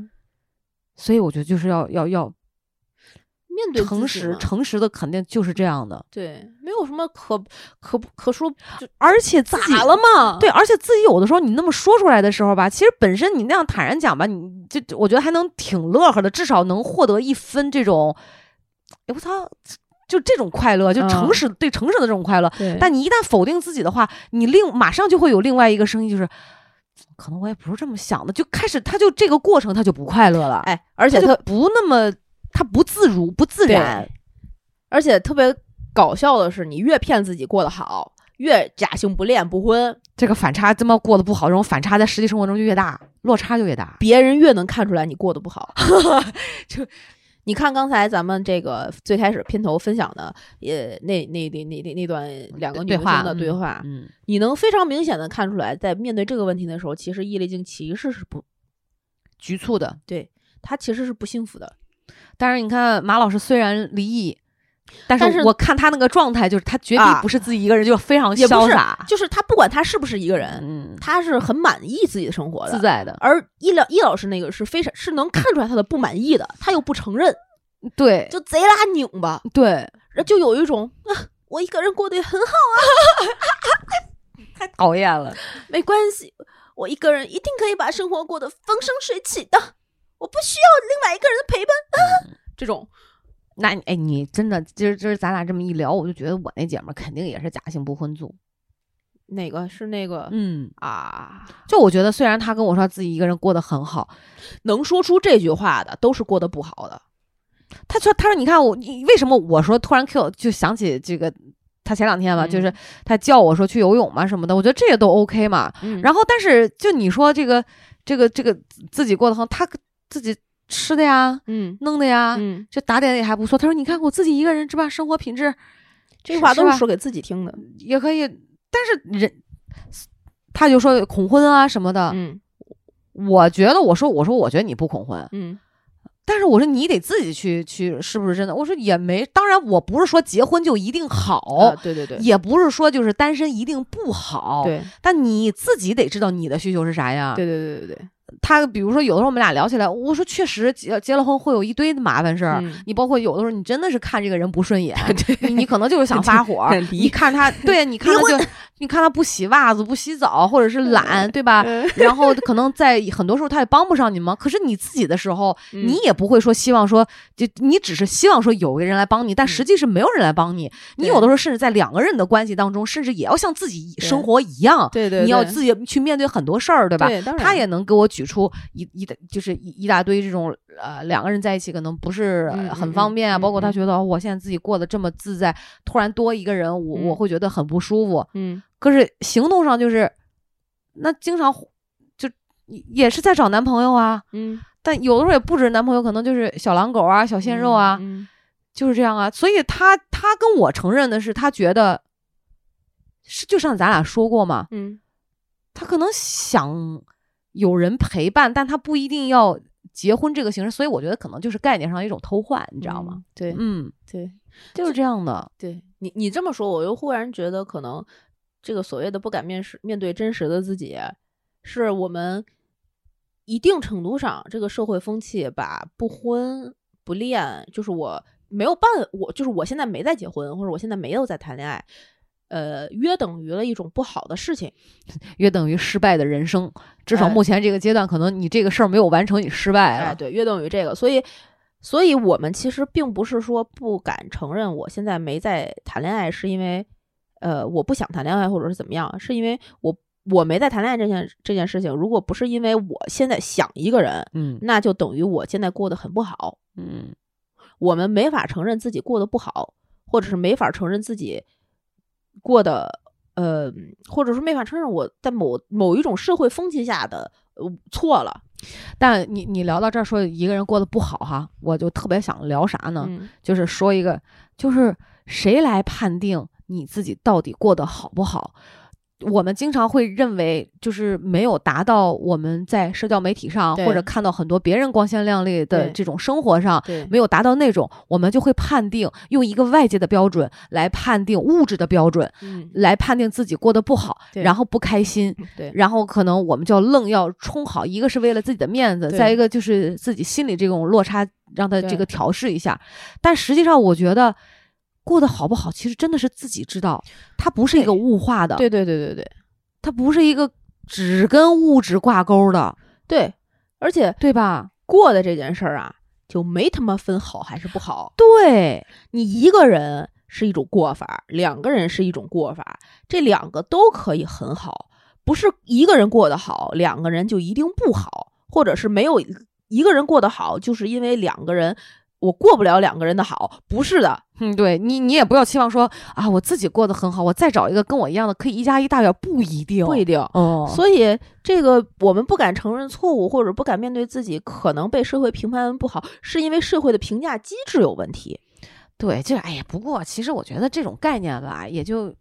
Speaker 6: 所以我觉得就是要要要
Speaker 1: 面对自己
Speaker 6: 诚实，
Speaker 1: 嘛
Speaker 6: 诚实的肯定就是这样的，
Speaker 1: 对，没有什么可可不可说就
Speaker 6: 而且自己
Speaker 1: 咋了嘛？
Speaker 6: 对，而且自己有的时候你那么说出来的时候吧，其实本身你那样坦然讲吧，你就我觉得还能挺乐呵的，至少能获得一分这种，哎我操，就这种快乐，就诚
Speaker 1: 嗯
Speaker 6: 实、对诚实的这种快乐。
Speaker 1: 对但
Speaker 6: 但你一旦否定自己的话，你另马上就会有另外一个声音，就是可能我也不是这么想的，就开始他就这个过程他就不快乐了，，
Speaker 1: 哎，而且
Speaker 6: 他
Speaker 1: 特
Speaker 6: 就不那么他不自如不自
Speaker 1: 对
Speaker 6: 然，
Speaker 1: 而且特别搞笑的是，你越骗自己过得好，越假性不恋不婚，
Speaker 6: 这个反差这么过得不好，这种反差在实际生活中就越大，落差就越大。
Speaker 1: 别人越能看出来你过得不好。
Speaker 6: 就
Speaker 1: 你看刚才咱们这个最开始片头分享的，呃，那那那那那那段两个女
Speaker 6: 对
Speaker 1: 明
Speaker 6: 话
Speaker 1: 星的对话，
Speaker 6: 嗯，
Speaker 1: 你能非常明显的看出来，在面对这个问题的时候，其实易立竞其实是不
Speaker 6: 局促的。
Speaker 1: 对，她其实是不幸福的。
Speaker 6: 但是你看马老师虽然离异，但
Speaker 1: 但是
Speaker 6: 是我看他那个状态，就是他绝对
Speaker 1: 啊
Speaker 6: 不是自己一个人，就非常
Speaker 1: 也不
Speaker 6: 潇
Speaker 1: 是
Speaker 6: 洒，，
Speaker 1: 就是她不管她是不是一个人，
Speaker 6: 嗯，
Speaker 1: 她是很满意自己的生活
Speaker 6: 自
Speaker 1: 的。
Speaker 6: 在的，
Speaker 1: 而易老易老师那个是非常是能看出来她的不满意的，她又不承认，
Speaker 6: 对
Speaker 1: 就贼拉拧巴，
Speaker 6: 对，
Speaker 1: 就有一种、啊、我一个人过得也很好，
Speaker 6: 太讨厌了。
Speaker 1: 没关系，我一个人一定可以把生活过得风生水起的，我不需要另外一个人的陪伴。啊、这种
Speaker 6: 那你哎，你真的今儿今儿咱俩这么一聊，我就觉得我那姐们儿肯定也是假性不婚族。
Speaker 1: 哪个是那个、
Speaker 6: 嗯，
Speaker 1: 啊？
Speaker 6: 就我觉得虽然她跟我说她自己一个人过得很好，
Speaker 1: 能说出这句话的都是过得不好的。
Speaker 6: 她说她说你看我你为什么我说突然 Q 就想起这个。她前两天吧，
Speaker 1: 嗯
Speaker 6: 就是她叫我说去游泳嘛什么的，我觉得这些都 OK 嘛。
Speaker 1: 嗯
Speaker 6: 然后，但是就你说这个，这个，这个自己过得很，好，他自己吃的呀，
Speaker 1: 嗯
Speaker 6: 弄的呀，
Speaker 1: 嗯，
Speaker 6: 这打点也还不错。他说：“你看我自己一个人，是吧？生活品质
Speaker 1: 这话都
Speaker 6: 是
Speaker 1: 是
Speaker 6: 吧
Speaker 1: 说给自己听的。
Speaker 6: 也可以。”但是人，他就说恐婚啊什么的。
Speaker 1: 嗯
Speaker 6: 我觉得，我说，我说，我觉得你不恐婚，
Speaker 1: 嗯
Speaker 6: 但是我说你得自己去去，是不是真的？我说也没，当然我不是说结婚就一定
Speaker 1: 哦
Speaker 6: 好，，
Speaker 1: 对对对
Speaker 6: 也不是说就是单身一定不好，
Speaker 1: 对
Speaker 6: 但你自己得知道你的需求是啥呀。
Speaker 1: 对对对对对，
Speaker 6: 他比如说有的时候我们俩聊起来，我说确实结结了婚会有一堆的麻烦事儿。
Speaker 1: 嗯，
Speaker 6: 你包括有的时候你真的是看这个人不顺眼，你你可能就是想发火你看他对，你看他就你看他不洗袜子不洗澡，或者是
Speaker 1: 嗯
Speaker 6: 懒，对吧？然后可能在很多时候他也帮不上你忙，可是你自己的时候，
Speaker 1: 嗯
Speaker 6: 你也不会说希望说，就你只是希望说有个人来帮你，
Speaker 1: 嗯
Speaker 6: 但实际是没有人来帮你。你有的时候甚至在两个人的关系当中，甚至也要像自己
Speaker 1: 对
Speaker 6: 生活一样，
Speaker 1: 对对
Speaker 6: 你要
Speaker 1: 对
Speaker 6: 自己去面对很多事儿，对吧？
Speaker 1: 对当然
Speaker 6: 他也能给我举出一一大就是一一大堆这种呃两个人在一起可能不是
Speaker 1: 嗯
Speaker 6: 呃很
Speaker 1: 嗯
Speaker 6: 方便啊，
Speaker 1: 嗯
Speaker 6: 包括
Speaker 1: 嗯
Speaker 6: 他觉得、哦我现在自己过得这么自在，突然多一个人，我、
Speaker 1: 嗯
Speaker 6: 我会觉得很不舒服。
Speaker 1: 嗯
Speaker 6: 可是行动上就是，那经常就也是在找男朋友啊，
Speaker 1: 嗯，
Speaker 6: 但有的时候也不止男朋友，可能就是小狼狗啊、小鲜肉啊，
Speaker 1: 嗯
Speaker 6: 就是这样啊。所以他他跟我承认的是，他觉得是就像咱俩说过嘛，
Speaker 1: 嗯
Speaker 6: 他可能想有人陪伴，但他不一定要结婚这个形式，所以我觉得可能就是概念上一种偷换，你
Speaker 1: 你
Speaker 6: 知道吗？？
Speaker 1: 对
Speaker 6: 嗯，
Speaker 1: 对
Speaker 6: 就是这样的。
Speaker 1: 对，你你这么说，我又忽然觉得可能这个所谓的不敢面试面对真实的自己，是我们一定程度上这个社会风气把不婚不恋，就是我没有办我就是我现在没在结婚，或者我现在没有在谈恋爱。呃，约等于了一种不好的事情，
Speaker 6: 约等于失败的人生，至少
Speaker 1: 哎
Speaker 6: 目前这个阶段，可能你这个事儿没有完成，你失败了。
Speaker 1: 哎，对，约等于这个，所以，所以我们其实并不是说不敢承认我现在没在谈恋爱，是因为，呃，我不想谈恋爱，或者是怎么样，是因为我我没在谈恋爱这件这件事情，如果不是因为我现在想一个人，
Speaker 6: 嗯
Speaker 1: 那就等于我现在过得很不好，
Speaker 6: 嗯，
Speaker 1: 我们没法承认自己过得不好，或者是没法承认自己过得，呃，或者说没法承认我在某某一种社会风气下的、呃、错了，
Speaker 6: 但你你聊到这儿说一个人过得不好哈，我就特别想聊啥呢？
Speaker 1: 嗯
Speaker 6: 就是说一个，就是谁来判定你自己到底过得好不好？我们经常会认为，就是没有达到我们在社交媒体上
Speaker 1: 对
Speaker 6: 或者看到很多别人光鲜亮丽的
Speaker 1: 对
Speaker 6: 这种生活上，
Speaker 1: 对，
Speaker 6: 没有达到那种，我们就会判定用一个外界的标准来判定物质的标准，
Speaker 1: 嗯，
Speaker 6: 来判定自己过得不好，
Speaker 1: 对
Speaker 6: 然后不开心，
Speaker 1: 对
Speaker 6: 然后可能我们就要愣要冲好，一个是为了自己的面子，
Speaker 1: 对
Speaker 6: 再一个就是自己心里这种落差，让他
Speaker 1: 对
Speaker 6: 这个调试一下。但实际上，我觉得过得好不好，其实真的是自己知道，它不是一个物化的，
Speaker 1: 对对对对对。
Speaker 6: 它不是一个只跟物质挂钩的，
Speaker 1: 对，而且
Speaker 6: 对吧？
Speaker 1: 过的这件事儿啊，就没他妈分好还是不好。
Speaker 6: 对，
Speaker 1: 你一个人是一种过法，两个人是一种过法，这两个都可以很好，不是一个人过得好，两个人就一定不好，或者是没有一个人过得好，就是因为两个人我过不了两个人的好，不是的，
Speaker 6: 嗯，对你，你也不要期望说啊，我自己过得很好，我再找一个跟我一样的，可以一加一大于二，不一定，
Speaker 1: 不一定。
Speaker 6: 哦，
Speaker 1: 所以，这个我们不敢承认错误，或者不敢面对自己可能被社会评判不好，是因为社会的评价机制有问题。
Speaker 6: 对，这哎呀，不过其实我觉得这种概念吧，也就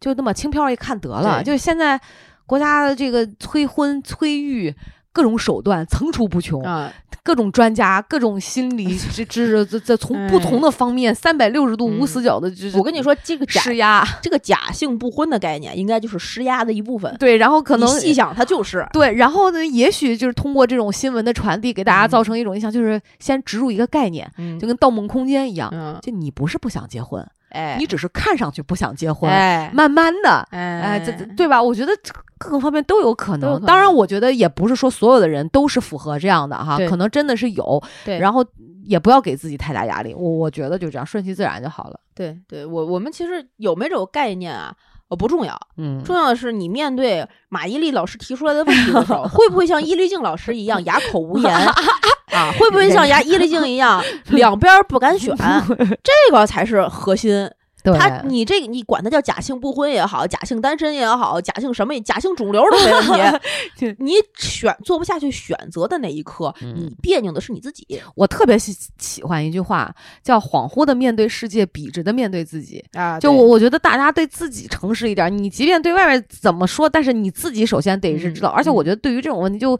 Speaker 6: 就那么轻飘一看得了。
Speaker 1: 对
Speaker 6: 就是现在国家的这个催婚、催育各种手段层出不穷，
Speaker 1: 啊，
Speaker 6: 各种专家、各种 心理知知识，这这从不同的方面三百六十度无
Speaker 1: 哎嗯
Speaker 6: 死角的，就是
Speaker 1: 我跟你说，这个假
Speaker 6: 施压。
Speaker 1: 这个假性不婚的概念，应该就是施压的一部分。
Speaker 6: 对，然后可
Speaker 1: 可
Speaker 6: 能
Speaker 1: 细想，它就是
Speaker 6: 对，然后呢，也许就是通过这种新闻的传递，给大家
Speaker 1: 嗯
Speaker 6: 造成一种印象，就是先植入一个概念，
Speaker 1: 嗯
Speaker 6: 就跟《盗梦空间》一样，
Speaker 1: 嗯，
Speaker 6: 就你不是不想结婚，
Speaker 1: 哎，
Speaker 6: 你只是看上去不想结婚，
Speaker 1: 哎
Speaker 6: 慢慢的，
Speaker 1: 哎
Speaker 6: 哎，这这对吧？我觉得这各个方面都有可
Speaker 1: 都有
Speaker 6: 能。
Speaker 1: 可
Speaker 6: 当然，
Speaker 1: 能
Speaker 6: 我觉得也不是说所有的人都是符合这样的哈，
Speaker 1: 对
Speaker 6: 可能真的是有。
Speaker 1: 对
Speaker 6: 然后也不要给自己太大压力，我我觉得就这样，顺其自然就好了。
Speaker 1: 对对，我我们其实有没有这种概念啊？呃，不重要，
Speaker 6: 嗯，
Speaker 1: 重要的是你面对马伊琍老师提出来的问题的时 候，会不会像伊丽静老师一样哑口无言啊？会不会像牙伊丽静一 样两边儿不敢选？这个才是核心。
Speaker 6: 对，
Speaker 1: 他你这个你管他叫假性不婚也好，假性单身也好，假性什么也假性肿瘤都没问
Speaker 6: 对
Speaker 1: 题。你选做不下去选择的那一刻，你别扭的是你自己
Speaker 6: 我特别喜喜欢一句话，叫“恍惚的面对世界，笔直的面对自己”。
Speaker 1: 啊
Speaker 6: 就我，我觉得大家对自己诚实一点儿，你即便对外面怎么说，但是你自己首先得是知道。
Speaker 1: 嗯
Speaker 6: 而且我
Speaker 1: 嗯
Speaker 6: 觉得对于这种问题就，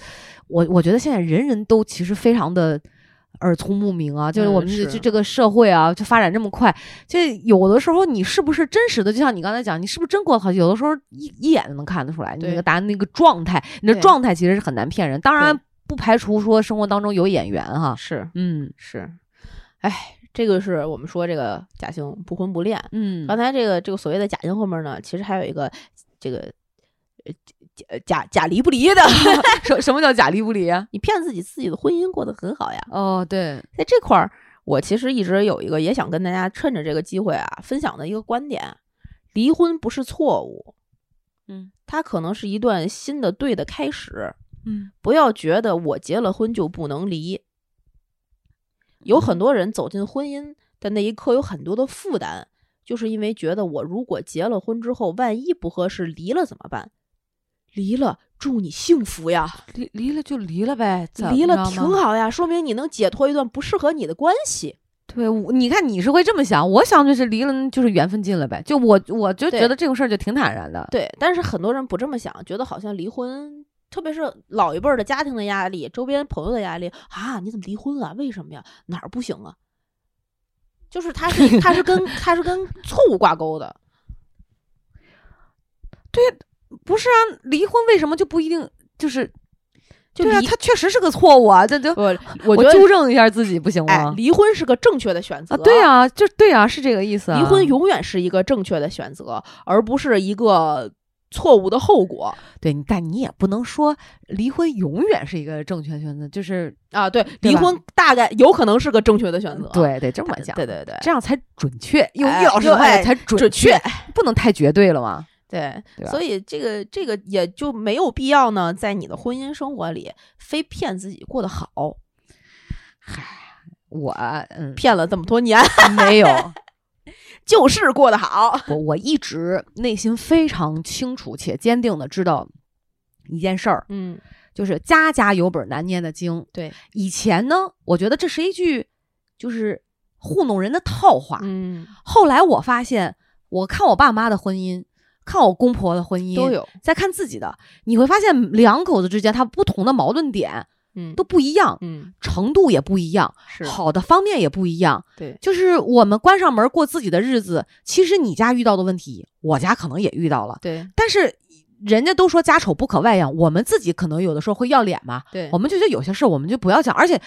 Speaker 6: 我我觉得现在人人都其实非常的耳聪目明啊，就是
Speaker 1: 嗯
Speaker 6: 我们这
Speaker 1: 是
Speaker 6: 这这个社会啊，就发展这么快，就有的时候你是不是真实的，就像你刚才讲，你是不是真过得好，有的时候一一眼就能看得出来，你那
Speaker 1: 对
Speaker 6: 个答案那个状态，你的
Speaker 1: 对
Speaker 6: 状态其实是很难骗人。当然
Speaker 1: 对
Speaker 6: 不排除说生活当中有演员哈，
Speaker 1: 是
Speaker 6: 嗯
Speaker 1: 是，哎，这个是我们说这个假性不婚不恋。
Speaker 6: 嗯
Speaker 1: 刚才这个这个所谓的假性后面呢，其实还有一个这个呃假假假离不离的，
Speaker 6: 什什么叫假离不离啊？
Speaker 1: 你骗自己自己的婚姻过得很好呀。
Speaker 6: 哦，对，
Speaker 1: 在这块儿，我其实一直有一个也想跟大家趁着这个机会啊，分享的一个观点：离婚不是错误，
Speaker 6: 嗯，
Speaker 1: 它可能是一段新的对的开始。
Speaker 6: 嗯，
Speaker 1: 不要觉得我结了婚就不能离。有很多人走进婚姻的那一刻有很多的负担，就是因为觉得我如果结了婚之后，万一不合适离了怎么办？离了，祝你幸福呀！
Speaker 6: 离离了就离了呗，怎
Speaker 1: 离
Speaker 6: 么
Speaker 1: 了
Speaker 6: 着
Speaker 1: 挺
Speaker 6: 嘛
Speaker 1: 好呀，说明你能解脱一段不适合你的关系。
Speaker 6: 对，我你看你是会这么想，我想就是离了就是缘分尽了呗。就我我就
Speaker 1: 对
Speaker 6: 觉得这种事儿就挺坦然的。
Speaker 1: 对，但是很多人不这么想，觉得好像离婚，特别是老一辈儿的家庭的压力、周边朋友的压力啊，你怎么离婚了？为什么呀？哪儿不行啊？就是他是他是跟他是跟错误挂钩的，
Speaker 6: 不是啊，离婚为什么就不一定就是？
Speaker 1: 就
Speaker 6: 对啊，
Speaker 1: 离
Speaker 6: 他确实是个错误啊，这就
Speaker 1: 我我
Speaker 6: 我
Speaker 1: 觉
Speaker 6: 纠
Speaker 1: 得
Speaker 6: 正一下自己不行
Speaker 1: 哎
Speaker 6: 吗，？
Speaker 1: 离婚是个正确的选择，
Speaker 6: 啊，对啊，就对啊，是这个意思啊。
Speaker 1: 离婚永远是一个正确的选择，而不是一个错误的后果
Speaker 6: 对，你但你也不能说离婚永远是一个正确选择，就是
Speaker 1: 啊！对，
Speaker 6: 对
Speaker 1: 离
Speaker 6: 吧
Speaker 1: 婚大概有可能是个正确的选择，
Speaker 6: 对得这
Speaker 1: 对，
Speaker 6: 么讲，
Speaker 1: 对对对，
Speaker 6: 这样才准确，用
Speaker 1: 哎
Speaker 6: 易老师的话
Speaker 1: 对
Speaker 6: 才
Speaker 1: 准确
Speaker 6: 确，不能太绝对了嘛。
Speaker 1: 对，
Speaker 6: 对吧
Speaker 1: 所以这个这个也就没有必要呢，在你的婚姻生活里非骗自己过得好，
Speaker 6: 我 嗯
Speaker 1: 骗了这么多年
Speaker 6: 没有。
Speaker 1: 就是过得好。
Speaker 6: 我我一直内心非常清楚且坚定的知道一件事儿，
Speaker 1: 嗯，
Speaker 6: 就是家家有本难念的经。
Speaker 1: 对，
Speaker 6: 以前呢，我觉得这是一句就是糊弄人的套话。
Speaker 1: 嗯，
Speaker 6: 后来我发现，我看我爸妈的婚姻，看我公婆的婚姻，
Speaker 1: 都，有，
Speaker 6: 再看自己的，你会发现两口子之间他不同的矛盾点
Speaker 1: 嗯，
Speaker 6: 都不一样，
Speaker 1: 嗯
Speaker 6: 程度也不一样，
Speaker 1: 是
Speaker 6: 好的方面也不一样。
Speaker 1: 对，
Speaker 6: 就是我们关上门过自己的日子，其实你家遇到的问题，我家可能也遇到了。
Speaker 1: 对
Speaker 6: 但是人家都说家丑不可外扬，我们自己可能有的时候会要脸嘛，
Speaker 1: 对
Speaker 6: 我，们就觉得有些事儿我们就不要讲，而且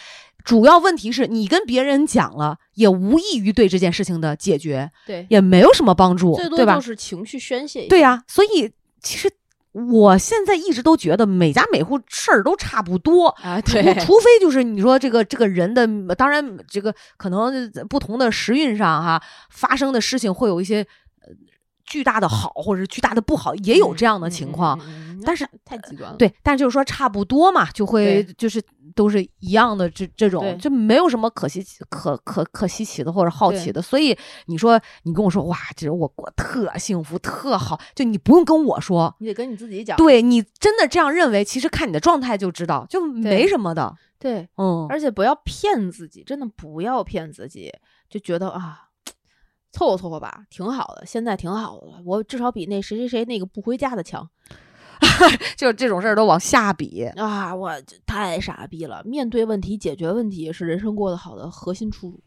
Speaker 6: 主要问题是你跟别人讲了，也无异于对这件事情的解决，
Speaker 1: 对，
Speaker 6: 也没有什么帮助，
Speaker 1: 最多
Speaker 6: 对吧
Speaker 1: 就？是情绪宣泄一下。
Speaker 6: 对呀、所以其实我现在一直都觉得每家每户事儿都差不多，
Speaker 1: 啊，
Speaker 6: 除
Speaker 1: 对，
Speaker 6: 除非就是你说这个这个人的，当然这个可能不同的时运上哈、发生的事情会有一些呃巨大的好，或者是巨大的不好，也有这样的情况。，
Speaker 1: 嗯嗯嗯嗯嗯
Speaker 6: 但是
Speaker 1: 那太太极端了。，
Speaker 6: 对，但是就是说差不多嘛，就会就是都是一样的这这
Speaker 1: 对
Speaker 6: 种，就没有什么可稀奇可可可稀奇的或者好
Speaker 1: 对
Speaker 6: 奇的。所以你说你跟我说哇，这我过特幸福特好，就你不用跟我说，
Speaker 1: 你得跟你自己讲。
Speaker 6: 对你真的这样认为，其实看你的状态就知道，就没什么的。
Speaker 1: 对，
Speaker 6: 嗯，
Speaker 1: 而且不要骗自己，真的不要骗自己，就觉得啊，凑合凑合吧，挺好的，现在挺好的，我至少比那谁谁谁那个不回家的强
Speaker 6: 就这种事儿都往下比。
Speaker 1: 啊！我这太傻逼了，面对问题、解决问题是人生过得好的核心出路。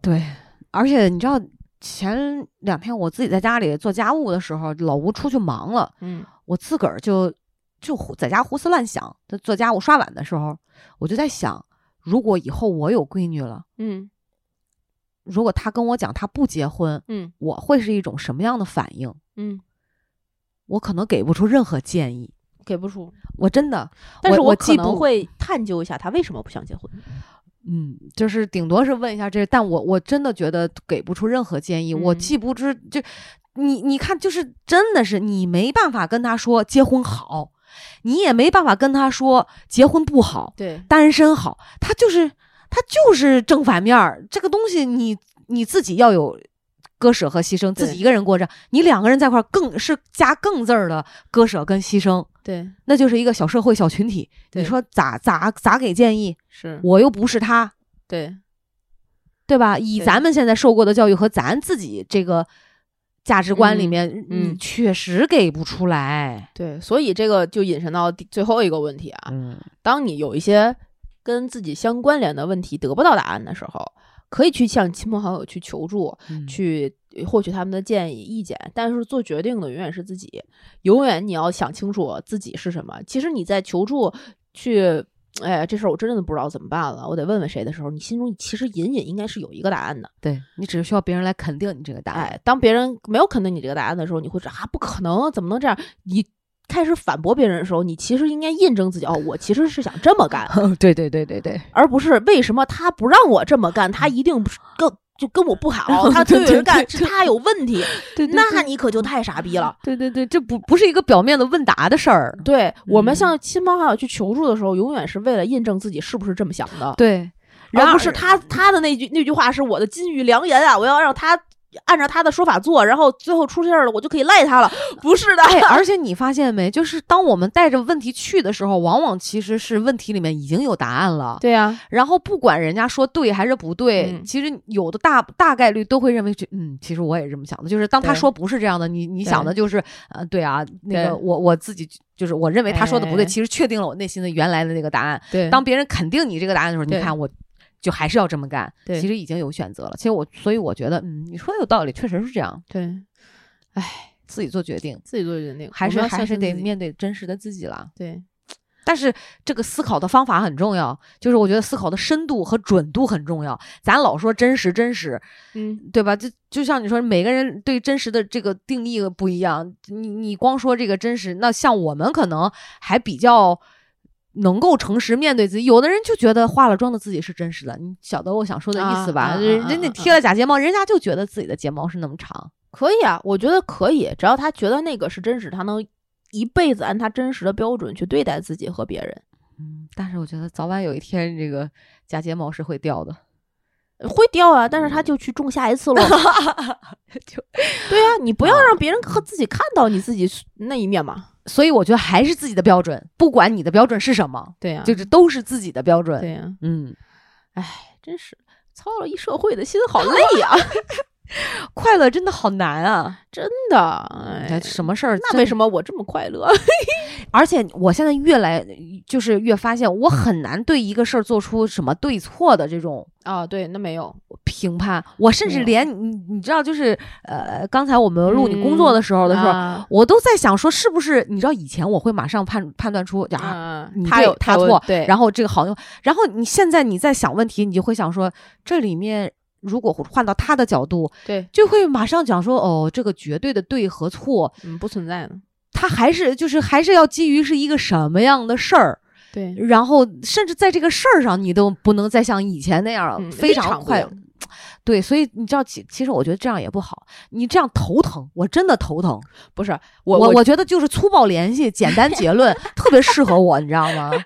Speaker 6: 对，而且你知道前两天我自己在家里做家务的时候，老吴出去忙了。
Speaker 1: 嗯，
Speaker 6: 我自个儿就就胡在家胡思乱想。在做家务刷碗的时候，我就在想，如果以后我有闺女了，
Speaker 1: 嗯
Speaker 6: 如果她跟我讲她不结婚，
Speaker 1: 嗯
Speaker 6: 我会是一种什么样的反应？
Speaker 1: 嗯，
Speaker 6: 我可能给不出任何建议。
Speaker 1: 给不出，
Speaker 6: 我真的，
Speaker 1: 但是
Speaker 6: 我
Speaker 1: 可
Speaker 6: 既
Speaker 1: 能
Speaker 6: 不，
Speaker 1: 会探究一下他为什么不想结婚。
Speaker 6: 嗯，就是顶多是问一下这，但我我真的觉得给不出任何建议。我
Speaker 1: 嗯
Speaker 6: 既不知就你你看，就是真的是你没办法跟她说结婚好，你也没办法跟她说结婚不好，
Speaker 1: 对，
Speaker 6: 单身好，它就是它就是正反面儿。这个东西你你自己要有割舍和牺牲，自
Speaker 1: 对
Speaker 6: 己一个人过着，你两个人在一块儿更是加更字儿的割舍跟牺牲，
Speaker 1: 对，
Speaker 6: 那就是一个小社会小群体。
Speaker 1: 对
Speaker 6: 你说咋咋咋给建议？
Speaker 1: 是，
Speaker 6: 我又不是他，
Speaker 1: 对，
Speaker 6: 对吧？以
Speaker 1: 对
Speaker 6: 咱们现在受过的教育和咱自己这个价值观里面，
Speaker 1: 嗯
Speaker 6: 你确实给不出来。
Speaker 1: 对，所以这个就引申到第最后一个问题啊，
Speaker 6: 嗯，
Speaker 1: 当你有一些跟自己相关联的问题得不到答案的时候，可以去向亲朋好友去求助，
Speaker 6: 去
Speaker 1: 去获取他们的建议、意见。但是做决定的永远是自己，永远你要想清楚自己是什么。其实你在求助去。哎呀，这事儿我真的不知道怎么办了，我得问问谁的时候，你心中其实隐隐应该是有一个答案的。
Speaker 6: 对你只需要别人来肯定你这个答案。
Speaker 1: 哎，当别人没有肯定你这个答案的时候，你会说啊，不可能，怎么能这样？你开始反驳别人的时候，你其实应该印证自己，哦，我其实是想这么干，
Speaker 6: 对对对对对，
Speaker 1: 而不是为什么他不让我这么干，他一定不是跟就跟我不好，他
Speaker 6: 对
Speaker 1: 对
Speaker 6: 对
Speaker 1: 我这干
Speaker 6: 对
Speaker 1: 是他有问题，
Speaker 6: 对
Speaker 1: 那你可就太傻逼了。
Speaker 6: 对对对，这不不是一个表面的问答的事儿。
Speaker 1: 对我们向亲朋好友去求助的时候，永远是为了印证自己是不是这么想的，
Speaker 6: 对，然
Speaker 1: 而
Speaker 6: 后
Speaker 1: 不是他他的那句那句话是我的金玉良言啊，我要让他按照他的说法做，然后最后出事儿了，我就可以赖他 了。不是的，
Speaker 6: 哎， 而且你发现没，就是当我们带着问题去的时候，往往其实是问题里面已经有答案了。
Speaker 1: 对呀、
Speaker 6: 然后不管人家说对还是不对，
Speaker 1: 嗯
Speaker 6: 其实有的大大概率都会认为这，嗯，其实我也这么想的。就是当他
Speaker 1: 对
Speaker 6: 说不是这样的，你你
Speaker 1: 对
Speaker 6: 想的就是，呃，对啊，那
Speaker 1: 对
Speaker 6: 个我我自己就是我认为他说的不对，
Speaker 1: 哎
Speaker 6: 其实确定了我内心的原来的那个答案。
Speaker 1: 对
Speaker 6: 当别人肯定你这个答案的时候，你
Speaker 1: 对
Speaker 6: 看我就还是要这么干。
Speaker 1: 对
Speaker 6: 其实已经有选择了。其实我，所以我觉得，嗯，你说的有道理，确实是这样。
Speaker 1: 对
Speaker 6: 自己做决定，
Speaker 1: 自己做决定，
Speaker 6: 还
Speaker 1: 我
Speaker 6: 是
Speaker 1: 们要相
Speaker 6: 还是
Speaker 1: 信
Speaker 6: 得
Speaker 1: 自己
Speaker 6: 面对真实的自己啦。
Speaker 1: 对
Speaker 6: 但是这个思考的方法很重要，就是我觉得思考的深度和准度很重要。咱老说真实真实，
Speaker 1: 嗯
Speaker 6: 对吧？就就像你说，每个人对真实的这个定义不一样。你你光说这个真实，那像我们可能还比较能够诚实面对自己。有的人就觉得化了妆的自己是真实的，你晓得我想说的意思吧？
Speaker 1: 啊啊啊啊啊
Speaker 6: 人家贴了假睫毛，人家就觉得自己的睫毛是那么长。
Speaker 1: 可以啊，我觉得可以，只要他觉得那个是真实，他能一辈子按他真实的标准去对待自己和别人，
Speaker 6: 嗯，但是我觉得早晚有一天这个假睫毛是会掉的。
Speaker 1: 会掉啊，但是他就去种下一次 喽。
Speaker 6: 就
Speaker 1: 对啊，你不要让别人和自己看到你自己那一面嘛。
Speaker 6: 所以我觉得还是自己的标准，不管你的标准是什么，
Speaker 1: 对呀、
Speaker 6: 就是都是自己的标准。
Speaker 1: 对呀、
Speaker 6: 嗯，
Speaker 1: 真是操了一社会的心，好累 呀、
Speaker 6: 快乐真的好难啊！
Speaker 1: 真的。哎，
Speaker 6: 什么事儿？
Speaker 1: 那为什么我这么快乐？
Speaker 6: 而且我现在越来就是越发现，我很难对一个事儿做出什么对错的这种
Speaker 1: 啊，对，那没有，
Speaker 6: 评判。我甚至
Speaker 1: 对
Speaker 6: 连你，你知道，就是呃，刚才我们录你工作的时候的时候，
Speaker 1: 啊
Speaker 6: 我都在想说，是不是你知道以前我会马上判判断出啊，
Speaker 1: 啊
Speaker 6: 你
Speaker 1: 他
Speaker 6: 对
Speaker 1: 有
Speaker 6: 他错，
Speaker 1: 对，
Speaker 6: 然后这个好用，然后你现在你在想问题，你就会想说，这里面如果换到他的角度，
Speaker 1: 对，
Speaker 6: 就会马上讲说，哦，这个绝对的对和错，
Speaker 1: 嗯，不存在的，
Speaker 6: 他还是就是还是要基于是一个什么样的事儿，
Speaker 1: 对，
Speaker 6: 然后甚至在这个事儿上，你都不能再像以前那样了
Speaker 1: 嗯
Speaker 6: 非
Speaker 1: 立
Speaker 6: 常
Speaker 1: 场不一
Speaker 6: 快
Speaker 1: 样，
Speaker 6: 对，所以你知道，其其实我觉得这样也不好，你这样头疼，我真的头疼。
Speaker 1: 不是
Speaker 6: 我
Speaker 1: 我我
Speaker 6: 觉得就是粗暴联系，简单结论，特别适合我，你知道吗？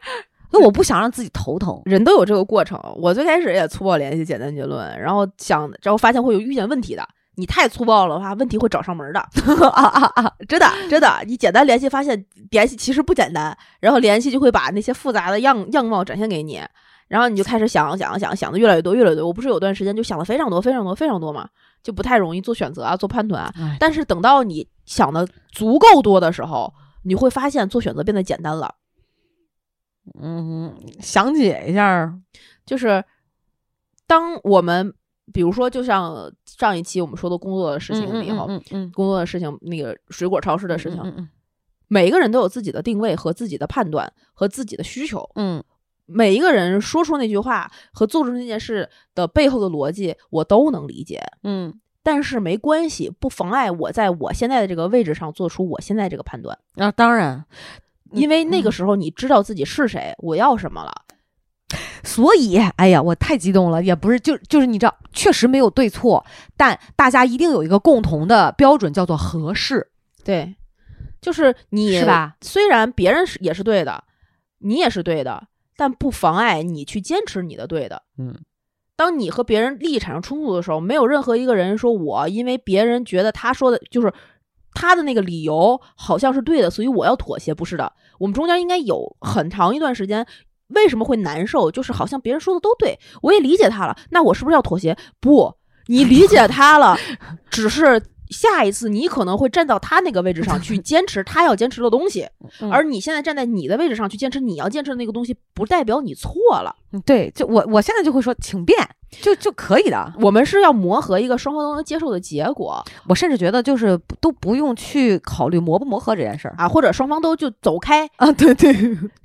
Speaker 6: 那我不想让自己头疼。
Speaker 1: 人都有这个过程。我最开始也粗暴联系，简单结论，然后想，然后发现会有遇见问题的。你太粗暴了的话，问题会找上门的。 啊啊啊！真的真的，你简单联系，发现联系其实不简单，然后联系就会把那些复杂的样样貌展现给你，然后你就开始想想想想的越来越多，越来越多。我不是有段时间就想的非常多非常多非常多嘛，就不太容易做选择啊，做判断啊。
Speaker 6: 哎
Speaker 1: 但是等到你想的足够多的时候，你会发现做选择变得简单了。
Speaker 6: 嗯，详解一下儿。
Speaker 1: 就是当我们比如说，就像上一期我们说的工作的事情以后，
Speaker 6: 嗯嗯
Speaker 1: 工作的事情，那个水果超市的事情，
Speaker 6: 嗯
Speaker 1: 每个人都有自己的定位和自己的判断和自己的需求。
Speaker 6: 嗯
Speaker 1: 每一个人说出那句话和做出那件事的背后的逻辑，我都能理解。
Speaker 6: 嗯
Speaker 1: 但是没关系，不妨碍我在我现在的这个位置上做出我现在这个判断，
Speaker 6: 嗯，啊，当然，嗯
Speaker 1: 因为那个时候你知道自己是谁，我要什么了。
Speaker 6: 所以，哎呀，我太激动了，也不是，就就是你知道，确实没有对错，但大家一定有一个共同的标准，叫做合适。
Speaker 1: 对，就是你
Speaker 6: 是吧？
Speaker 1: 虽然别人是也是对的，你也是对的，但不妨碍你去坚持你的对的。
Speaker 6: 嗯，
Speaker 1: 当你和别人利益产生冲突的时候，没有任何一个人说我因为别人觉得他说的就是他的那个理由好像是对的，所以我要妥协，不是的。我们中间应该有很长一段时间。为什么会难受？就是好像别人说的都对，我也理解他了，那我是不是要妥协？不，你理解他 了，只是下一次你可能会站到他那个位置上 去坚持他要坚持的东西，
Speaker 6: 嗯
Speaker 1: 而你现在站在你的位置上去坚持你要坚持的那个东西，不代表你错了。
Speaker 6: 嗯对，就我我现在就会说，请变，就就可以的。
Speaker 1: 我们是要磨合一个双方都能接受的结果
Speaker 6: 我甚至觉得就是不都不用去考虑磨不磨合这件事儿
Speaker 1: 啊，或者双方都就走开，
Speaker 6: 啊。对对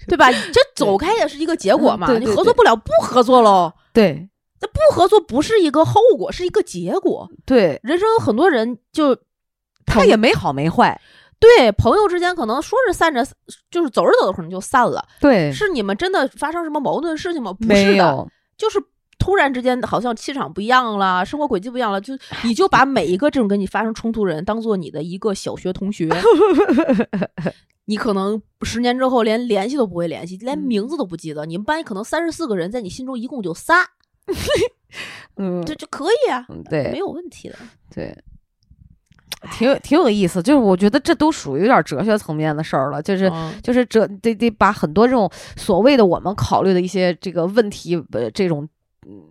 Speaker 1: 对 吧？这走开也是一个结果嘛，
Speaker 6: 嗯对对
Speaker 1: 你合作不了不合作喽。
Speaker 6: 对
Speaker 1: 那不合作不是一个后果，是一个结果。
Speaker 6: 对，
Speaker 1: 人生有很多人就
Speaker 6: 他也没好没坏。
Speaker 1: 对朋友之间可能说是散着，就是走着走着可能就散了。
Speaker 6: 对
Speaker 1: 是你们真的发生什么矛盾事情吗？不是
Speaker 6: 没
Speaker 1: 的，
Speaker 6: 有。
Speaker 1: 就是突然之间好像气场不一样了，生活轨迹不一样了，就你就把每一个这种跟你发生冲突的人当做你的一个小学同 学，你可能十年之后连联系都不会联系，
Speaker 6: 嗯
Speaker 1: 连名字都不记得。你们班可能三十四个人，在你心中一共就仨，
Speaker 6: 嗯，
Speaker 1: 这这可以啊，
Speaker 6: 嗯
Speaker 1: 没
Speaker 6: 对
Speaker 1: 有问题的。
Speaker 6: 对，挺有挺有意思。就是我觉得这都属于有点哲学层面的事儿了，就是。
Speaker 1: 嗯
Speaker 6: 就是这得得把很多这种所谓的我们考虑的一些这个问题，呃，这种嗯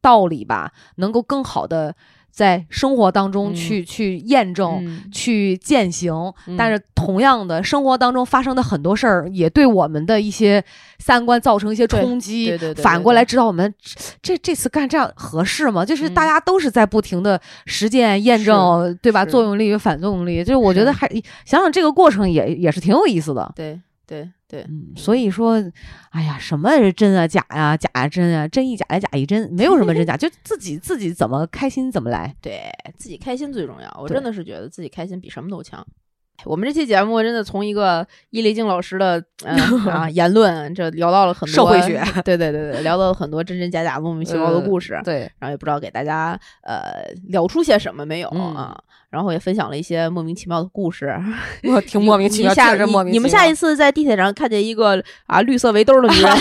Speaker 6: 道理吧，能够更好的在生活当中
Speaker 1: 嗯
Speaker 6: 去、去验证、
Speaker 1: 嗯
Speaker 6: 去践行。
Speaker 1: 嗯
Speaker 6: 但是同样的，生活当中发生的很多事儿，也对我们的一些三观造成一些
Speaker 1: 对
Speaker 6: 冲击。
Speaker 1: 对对对对
Speaker 6: 反过
Speaker 1: 对
Speaker 6: 来指导我们，这这次干这样合适吗？就是大
Speaker 1: 嗯
Speaker 6: 家都是在不停的实践、验证，对吧？
Speaker 1: 是
Speaker 6: 作用力与反作用力，就是我觉
Speaker 1: 是
Speaker 6: 得还想想这个过程也也是挺有意思的。
Speaker 1: 对对对，
Speaker 6: 嗯，所以说，哎呀，什么是真啊假呀、假呀、真啊，真一假呀、假一真，没有什么真假，就自己自己怎么开心怎么来。
Speaker 1: 对自己开心最重要。我
Speaker 6: 对
Speaker 1: 真的是觉得自己开心比什么都强。哎我们这期节目真的从一个伊丽静老师的、呃、 啊言论，这聊到了很多
Speaker 6: 社会学，嗯
Speaker 1: 对对对对，聊到了很多真真假假、莫名其妙的故事，
Speaker 6: 呃对，
Speaker 1: 然后也不知道给大家呃聊出些什么没有、
Speaker 6: 嗯
Speaker 1: 啊，然后也分享了一些莫名其妙的故事，
Speaker 6: 我挺
Speaker 1: 你你下你你们下一次在地铁上看见一个啊绿色围兜的女 人，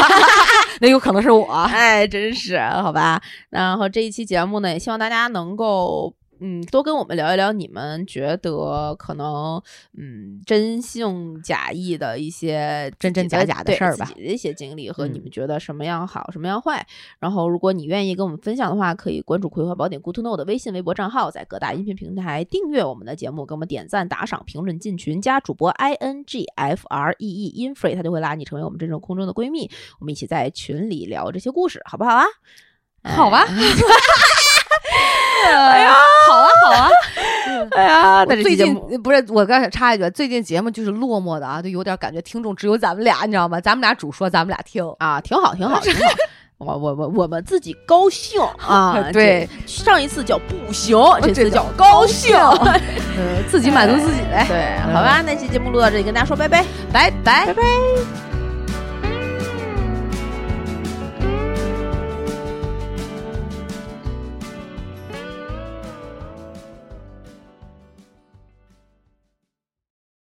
Speaker 6: 那有可能是我。
Speaker 1: 哎，真是好吧。然后这一期节目呢，也希望大家能够。嗯，多跟我们聊一聊你们觉得可能嗯真性假意的一些
Speaker 6: 真真
Speaker 1: 自己的
Speaker 6: 假假的
Speaker 1: 对
Speaker 6: 事儿
Speaker 1: 自
Speaker 6: 吧
Speaker 1: 己的一些经历和你
Speaker 6: 嗯
Speaker 1: 们觉得什么样好，什么样坏。然后，如果你愿意跟我们分享的话，可以关注《葵花宝典 Good to Know》的微信、微博账号，在各大音频平台订阅我们的节目，给我们点赞、打赏、评论、进群，加主播 i n g f r e e in free，他就会拉你成为我们真正空中的闺蜜。我们一起在群里聊这些故事，好不好啊？
Speaker 6: 好吧，哎 呀，好啊，好啊。
Speaker 1: 哎呀，
Speaker 6: 我最
Speaker 1: 最近
Speaker 6: 近不是我刚想插一句，最近节目就是落寞的啊，就有点感觉听众只有咱们俩，你知道吗？咱们俩主说，咱们俩听。
Speaker 1: 啊，挺好，挺好， 挺好。我我我我们自己高兴啊，
Speaker 6: 对
Speaker 1: 这，上一次叫不行，这
Speaker 6: 这
Speaker 1: 次
Speaker 6: 叫
Speaker 1: 叫高兴，
Speaker 6: 呃，自己满足自己呗。
Speaker 1: 对，好吧，那期节目录到这里，跟大家说拜拜，拜拜拜拜。